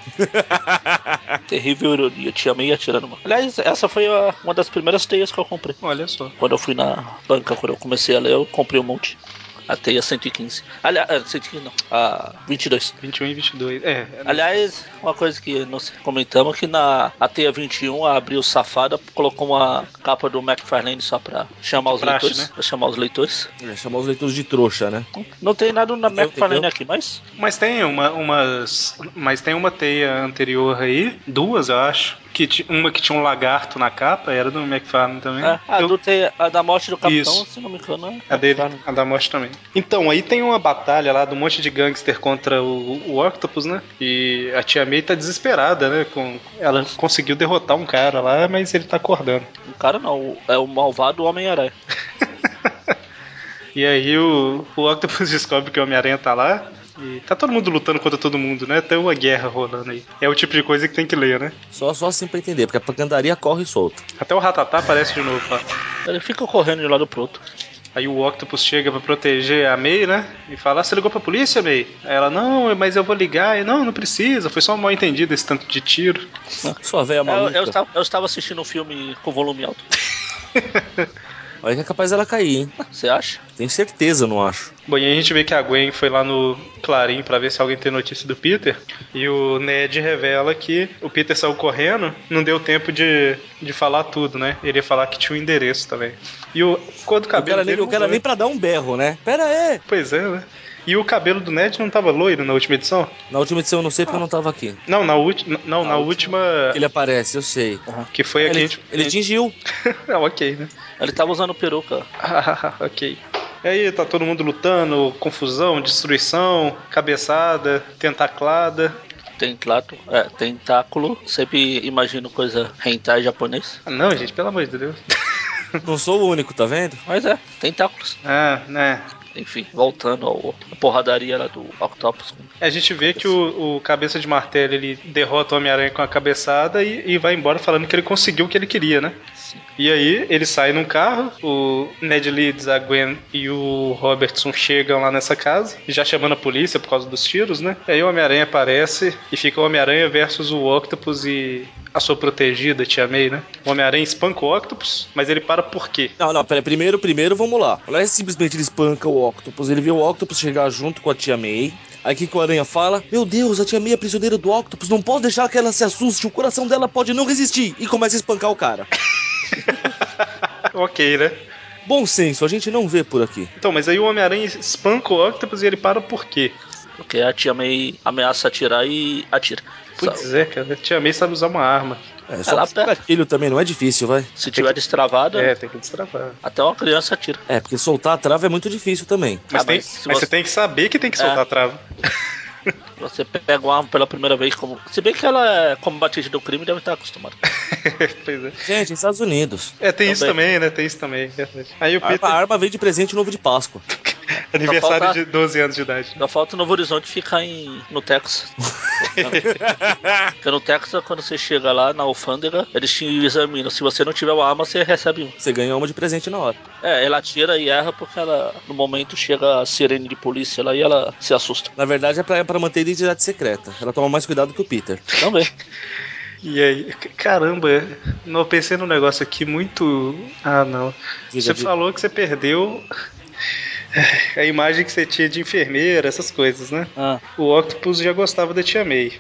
Terrível ironia, te amei atirando, mano. Aliás, essa foi a- uma das primeiras teias que eu comprei.
Olha só.
Quando eu fui na banca, quando eu comecei a ler, eu comprei um monte. A teia 115. Aliás, é, 115 não, a 22.
21 e 22. É,
Aliás, uma coisa que nós comentamos é que na a teia 21 a abriu safada, colocou uma capa do McFarlane só pra chamar os
Praxe,
leitores.
né?
Pra chamar os leitores.
[LAUGHS] É, Chamar os leitores de trouxa, né?
Não tem nada na
Entendeu,
McFarlane
entendeu?
aqui, mas
Mas tem uma, umas, mas tem uma teia anterior aí, duas eu acho, que ti- uma que tinha um lagarto na capa, era do McFarlane também.
é, a,
Hum? Eu-
do teia- a da morte do capitão,
Isso.
se não me engano, é
a dele,
McFarlane.
a da morte também. Então, aí tem uma batalha lá do monte de gangster contra o, o Octopus, né? E a tia May tá desesperada, né? Com, ela conseguiu derrotar um cara lá, mas ele tá acordando.
O cara não, é o malvado Homem-Aranha.
E aí o, o Octopus [LAUGHS] descobre que o Homem-Aranha tá lá. E tá todo mundo lutando contra todo mundo, né? Tem uma guerra rolando aí. É o tipo de coisa que tem que ler, né?
Só, só assim pra entender, porque a pacandaria corre solta.
Até o Ratatá aparece de novo lá.
Ele fica correndo de um lado pro outro.
Aí o Octopus chega pra proteger a May, né? E fala: "Ah, Você ligou pra polícia, May? Aí ela: Não, mas eu vou ligar. E não, não precisa. Foi só um mal entendido esse tanto de tiro.
Sua
É,
velha
É, Eu,
maluca.
eu, estava, eu estava assistindo um filme com volume alto.
Olha que é capaz dela cair, hein?
Você acha?
Tenho certeza, não acho.
Bom, e aí a gente vê que a Gwen foi lá no Clarim pra ver se alguém tem notícia do Peter. E o Ned revela que o Peter saiu correndo, não deu tempo de, de falar tudo, né? Ele ia falar que tinha o endereço também. E o cor do
O
cabelo
cara, nem,
dele.
o cara
mudou,
nem pra dar um berro, né? Pera aí!
né? Pois é, né? E o cabelo do Ned não tava loiro na última edição?
Na última edição eu não sei porque eu não tava aqui.
Não, na, última não, na, última.
Ele aparece, eu sei.
Que foi Ah. aqui. tipo,
Ele, ele tingiu.
[LAUGHS] Ah, ok, né? [LAUGHS]
Ele estava usando peruca.
Ah, ok. E aí tá todo mundo lutando, confusão, destruição, cabeçada, tentaclada.
Tentato, é, tentáculo. Sempre imagino coisa hentai japonês.
Ah, não, gente, pelo amor de Deus.
Não sou o único, tá vendo?
Mas é, tentáculos.
Ah, né?
Enfim, voltando ao, à porradaria lá do Octopus.
A gente vê que o, o cabeça de martelo ele derrota o Homem-Aranha com a cabeçada e, e vai embora falando que ele conseguiu o que ele queria, né?
Sim.
E aí ele sai num carro, o Ned Leeds, a Gwen e o Robertson chegam lá nessa casa, já chamando a polícia por causa dos tiros, né? E aí o Homem-Aranha aparece e fica o Homem-Aranha versus o Octopus e a sua protegida, Tia May, né? O Homem-Aranha espanca o Octopus, mas ele para por quê? [LAUGHS]
Não, não, pera, primeiro, primeiro, vamos lá. Não é simplesmente ele espanca o Octopus, ele vê o Octopus chegar junto com a tia May. Aí o que que o Aranha fala? Meu Deus, a tia May é prisioneira do Octopus, não posso deixar que ela se assuste, o coração dela pode não resistir. E começa a espancar o cara.
ok, né?
Bom senso, a gente não vê por aqui.
Então, mas aí o Homem-Aranha espanca o Octopus e ele para por quê?
Porque a tia May ameaça atirar e atira.
Pois
Só-
é, cara. A Tia May sabe usar uma arma.
É,
Ela
só que o
pega.
gatilho também não é difícil, vai.
Se tiver destravada,
É, tem que destravar.
até uma criança atira.
É, porque soltar a trava é muito difícil também.
Mas,
Ah,
tem-
mas se
mas
você-
você tem que saber que tem que
É.
soltar a trava. [LAUGHS]
Você pega uma arma pela primeira vez como. Se bem que ela é combatente do crime, deve estar acostumada.
pois é.
Gente, Estados Unidos.
É, tem isso
Também. Ah,
também, né? Tem isso também. verdade. Aí o
A arma, a
Peter,
arma veio de presente novo de Páscoa.
aniversário
falta-
de 12 anos de idade.
Só falta o Novo Horizonte ficar em, no Texas. Porque no Texas, quando você chega lá na alfândega, eles te examinam. Se você não tiver uma arma, você recebe um.
Você ganha uma de presente na hora.
É, ela atira e erra porque ela, no momento, chega a sirene de polícia lá e ela se assusta.
Na verdade, é pra, é pra manter a identidade secreta. Ela toma mais cuidado que o Peter.
Também.
E aí, c- caramba, não eu pensei num negócio aqui muito. Ah, não.
Diga,
você
diga.
falou que você perdeu eh, a imagem que você tinha de enfermeira, essas coisas, né?
Ah,
O Octopus já gostava da Tia May.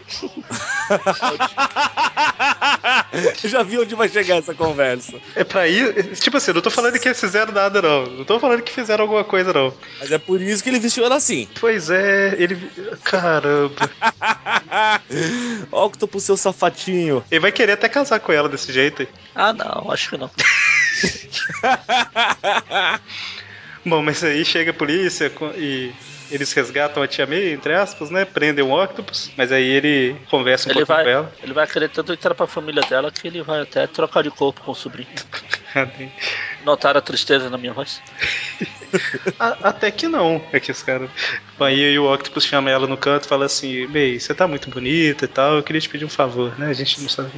Já vi onde vai chegar essa conversa.
É pra ir. Tipo assim, não tô falando que eles fizeram nada, não. Não tô falando que fizeram alguma coisa, não.
Mas é por isso que ele vestiu ela assim.
Pois é, ele. Caramba.
Octopus, seu safatinho.
Ele vai querer até casar com ela desse jeito.
ah, não, acho que não.
Bom, mas aí chega a polícia co- e eles resgatam a tia May, entre aspas, né? Prendem um octopus, mas aí ele conversa um
Ele
pouco
vai,
com ela. [LAUGHS]
ele vai querer tanto entrar pra família dela que ele vai até trocar de corpo com o sobrinho. Notaram a tristeza na minha voz?
A- até que não, é que os caras. Bom, Aí o octopus chama ela no canto e fala assim: May, você tá muito bonita e tal, eu queria te pedir um favor, né? A gente não sabe.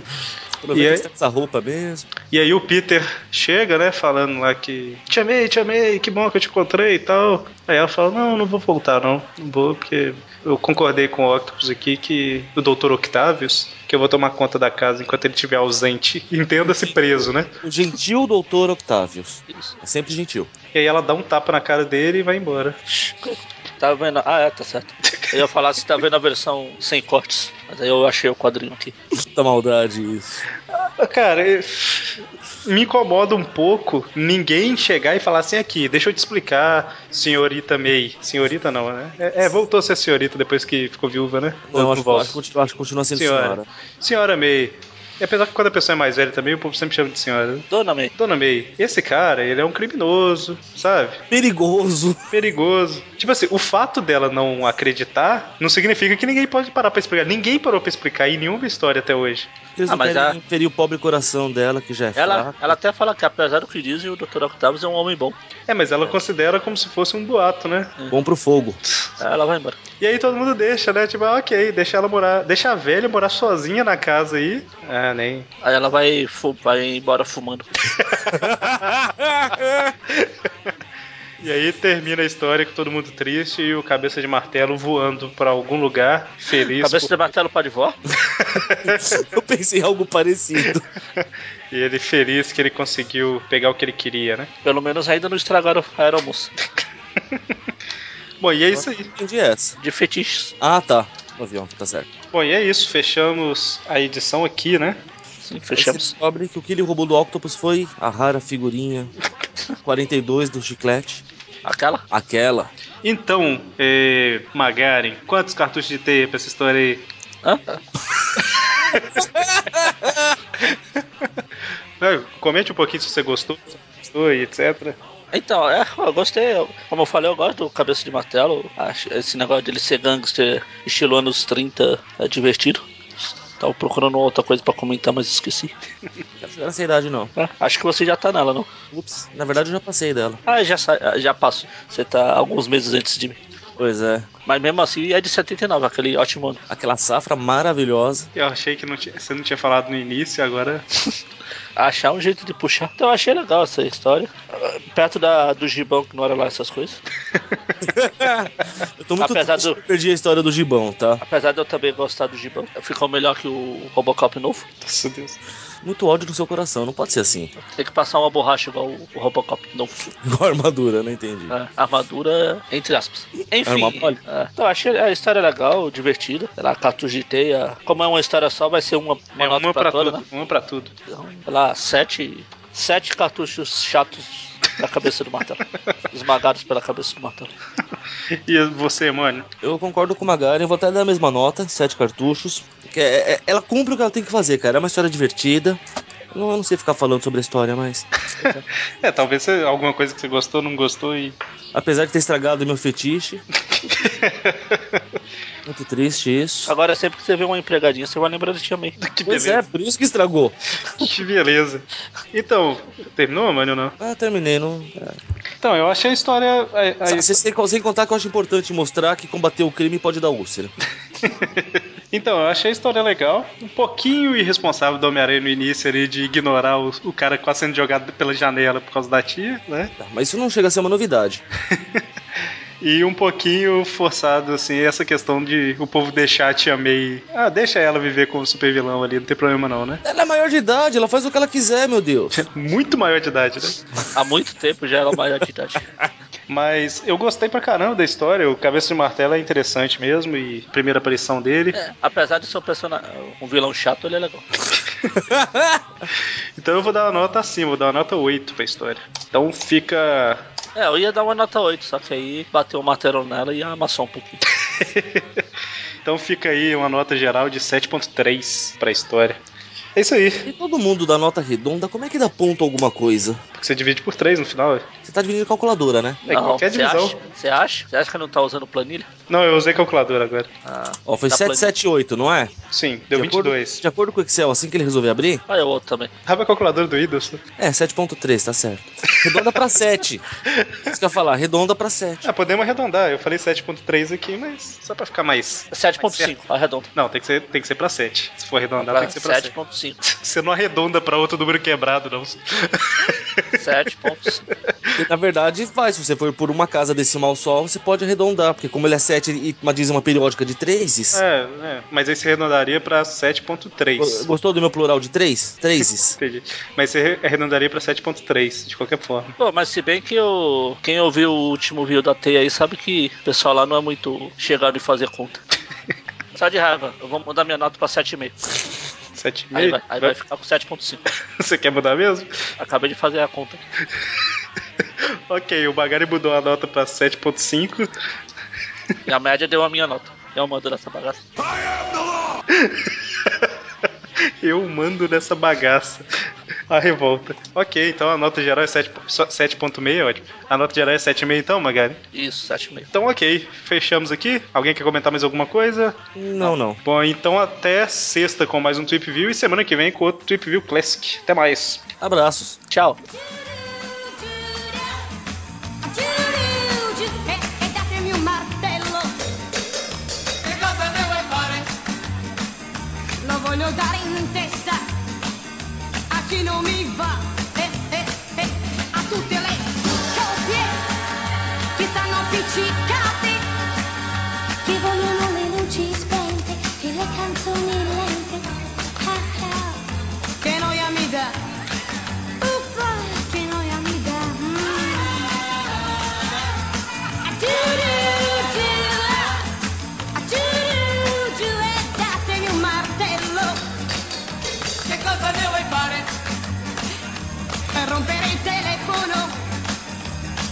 Aproveita
E
que
aí-
você tá com essa roupa mesmo.
E aí o Peter chega, né, falando lá que te amei, te amei, que bom que eu te encontrei e tal. Aí ela fala, não, não vou voltar não, não vou, porque eu concordei com o Octopus aqui que o Dr. Octavius, que eu vou tomar conta da casa enquanto ele estiver ausente, [LAUGHS] entenda-se preso, né?
O gentil doutor Octavius.
Isso.
É sempre gentil.
E aí ela dá um tapa na cara dele e vai embora.
Tá vendo? Ah, é, tá certo. Eu ia falar se tá vendo a versão sem cortes, mas aí eu achei o quadrinho aqui.
Puta maldade isso.
Cara, eh, me incomoda um pouco ninguém chegar e falar assim aqui, deixa eu te explicar, senhorita May. Senhorita não, né? É, é, voltou a ser senhorita depois que ficou viúva, né?
Não,
Ou
acho,
volta.
acho, que continua- acho que continua sendo
Senhora.
senhora.
Senhora May. E apesar que quando a pessoa é mais velha também, o povo sempre chama de senhora. né?
Dona May,
Dona May, esse cara, ele é um criminoso, sabe?
Perigoso.
Perigoso. Tipo assim, o fato dela não acreditar não significa que ninguém pode parar pra explicar. Ninguém parou pra explicar em nenhuma história até hoje.
Eles
Ah,
não
mas
querem
a-
ferir o pobre coração dela, que já é
ela,
fraca.
ela até fala que apesar do que dizem, o Dr. Octavius é um homem bom.
É, mas ela considera como se fosse um boato, né?
Bom
[LAUGHS]
pro fogo.
Aí ela vai embora.
E aí todo mundo deixa, né? Tipo, ah, ok, deixa ela morar, deixa a velha morar sozinha na casa aí. Ah, nem.
Aí ela vai, fu- vai embora fumando.
E aí termina a história com todo mundo triste e o cabeça de martelo voando pra algum lugar, feliz.
Cabeça de martelo pra de vó?
Eu pensei em algo parecido.
E ele feliz que ele conseguiu pegar o que ele queria, né?
Pelo menos ainda não estragaram a aeromoça.
Bom, e é isso aí.
Entendi essa.
De fetiches.
Ah, tá. No avião, tá certo.
Bom, e é isso. Fechamos a edição aqui, né?
Sim,
Aí
fechamos.
Você descobre que o que ele roubou do Octopus foi a rara figurinha 42 do chiclete.
Aquela?
Aquela.
Então, eh, Magaren, quantos cartuchos de teia pra essa história aí?
Hã?
Ah, Comente um pouquinho se você gostou, se não gostou e etc.
Então, é, eu gostei. Eu- Como eu falei, eu gosto do Cabeça de Martelo. Acho esse negócio dele ser gangster estilo anos 30 é divertido. Tava procurando outra coisa pra comentar, mas esqueci.
Quero chegar nessa idade, não.
É, acho que você já tá nela, não?
Ups, na verdade eu já passei dela.
Ah, já, sa- já passo. Você tá alguns meses antes de mim.
Pois é.
Mas mesmo assim, é de 79, aquele ótimo ano.
Aquela safra
[LAUGHS]
maravilhosa.
Eu achei que não tinha- você não tinha falado no início, agora.
Achar um jeito de puxar. Então eu achei legal essa história. Ah, Perto da, do gibão que não era lá essas coisas.
Eu tô muito
Apesar
triste
do-
que eu perdi a história do Gibão, tá?
Apesar de eu também gostar do gibão. Ficou melhor que o Robocop novo.
Nossa Deus.
Muito ódio no seu coração, não pode ser assim. [LAUGHS]
Tem que passar uma borracha igual o o Robocop novo.
Igual a armadura, não entendi.
É, armadura, entre aspas. Enfim,
Arma mole.
é, então achei a história legal, divertida. Ela cartucho de teia. Como é uma história só, vai ser uma, uma
É,
nota
uma
pra,
pra
toda,
tudo,
né?
uma pra tudo.
Então, sei lá, sete, sete cartuchos chatos na cabeça
[LAUGHS]
do martelo. Esmagados pela cabeça do martelo.
E você, mano?
Eu concordo com o Magari, eu vou até dar a mesma nota, sete cartuchos. Que é- é- ela cumpre o que ela tem que fazer, cara. É uma história divertida. Eu não, eu não sei ficar falando sobre a história, mas.
É, talvez você- alguma coisa que você gostou, não gostou e. [LAUGHS]
Apesar de ter estragado meu fetiche. Muito triste isso.
Agora, sempre que você vê uma empregadinha, você vai lembrar de Tia May.
Ah, [LAUGHS] Que
Pois
beleza.
é, por isso que estragou.
Que beleza. Então, terminou, mano, ou não?
Ah, terminei, não.
Então, eu achei a história. a- a-
Sem, sem- sem contar que eu acho importante mostrar que combater o crime pode dar úlcera.
Então, eu achei a história legal. Um pouquinho irresponsável do Homem-Aranha no início ali de ignorar o, o cara quase sendo jogado pela janela por causa da tia, né?
Tá, mas isso não chega a ser uma novidade.
E um pouquinho forçado, assim, essa questão de o povo deixar a tia May. Ah, deixa ela viver como super vilão ali, não tem problema não, né? [LAUGHS]
Ela é maior de idade, ela faz o que ela quiser, meu Deus.
Muito maior de idade, né?
Há muito tempo já é era maior de idade.
Mas eu gostei pra caramba da história. O Cabeça de Martelo é interessante mesmo. E primeira aparição dele.
É, apesar de ser um, persona- um vilão chato, ele é legal.
Então eu vou dar uma nota acima, vou dar uma nota 8 pra história. Então fica.
É, eu ia dar uma nota 8, só que aí bateu o martelo nela e amassou um pouquinho.
Então fica aí uma nota geral de 7.3 pra história. É isso aí.
E todo mundo dá nota redonda, como é que dá ponto alguma coisa?
Porque você divide por 3 no final. É
Você tá dividindo calculadora, né?
É qualquer
você acha?
divisão.
Você acha? Você acha que não tá usando planilha?
Não, eu usei calculadora agora.
Ah,
Ó, foi
Dá
778, não é?
Sim, deu
de acordo-
22.
de acordo com o Excel, assim que ele resolver abrir?
olha o é outro também.
Raba a calculadora do Windows.
É, 7.3, tá certo. Redonda pra 7. Isso que eu ia falar, redonda pra 7.
Ah, podemos arredondar. Eu falei 7.3 aqui, mas só pra ficar mais.
É 7.5, arredonda.
Não, tem que ser, tem que ser pra 7. Se for arredondar,
Pra
tem que ser pra 7.
7.5.
Você não arredonda pra outro número quebrado, não.
7.5.
Porque, na verdade, vai. Se você for por uma casa decimal só, você pode arredondar. Porque como ele é 7 e uma dízima periódica de 3,
É, é. Mas aí você arredondaria pra 7.3.
gostou do meu plural de 3? 3.
Entendi. Mas você arredondaria pra 7.3, de qualquer forma.
Pô, mas se bem que eu, quem ouviu o último vídeo da teia aí sabe que o pessoal lá não é muito chegado em fazer conta. Só de raiva, eu vou mudar minha nota pra 7,5. Aí,
7.000.
vai, aí vai ficar com 7,5.
[LAUGHS] Você quer mudar mesmo?
Acabei de fazer a conta.
Ok, o Bagari mudou a nota pra [LAUGHS] 7.5.
E a média deu a minha nota. Eu mando nessa bagaça.
Eu mando nessa bagaça. A revolta. Ok, então a nota geral é 7 só- 7.6, ótimo. A nota geral é 7,5 então, Magari?
Isso, 7,5.
Então ok, fechamos aqui. Alguém quer comentar mais alguma coisa?
Não, não.
Bom, então até sexta com mais um Trip View e semana que vem com outro Trip View Classic. Até mais.
Abraços.
Tchau.
えだてみまってろ
E cosa deve fare?
lo voglio dare in testa a chi non mi va e, e, e, a tutte le copie che stanno appiccicate che vogliono le luci spente e le canzoni lente Ah, ah.
Che noia mi dà?
Uffa, che noia mi dà mm. A giù-giù-giù, a giù-giù-giù e datemi un martello
Che cosa deve fare?
per rompere il telefono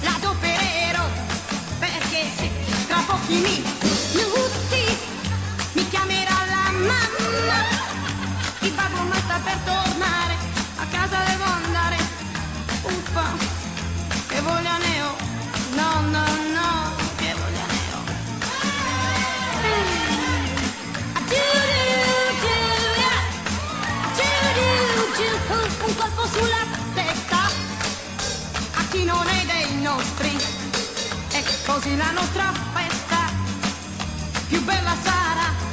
l'adopererò perché tra pochi minuti mi chiamerà la mamma il babbo ma sta per tornare a casa devo andare uffa che voglia ne ho no no no che voglia ne ho Giulia, Giudiu, giu, un colpo sulla testa a chi non è dei nostri. E così la nostra festa più bella sarà. eh, Ah, Ah, Ah,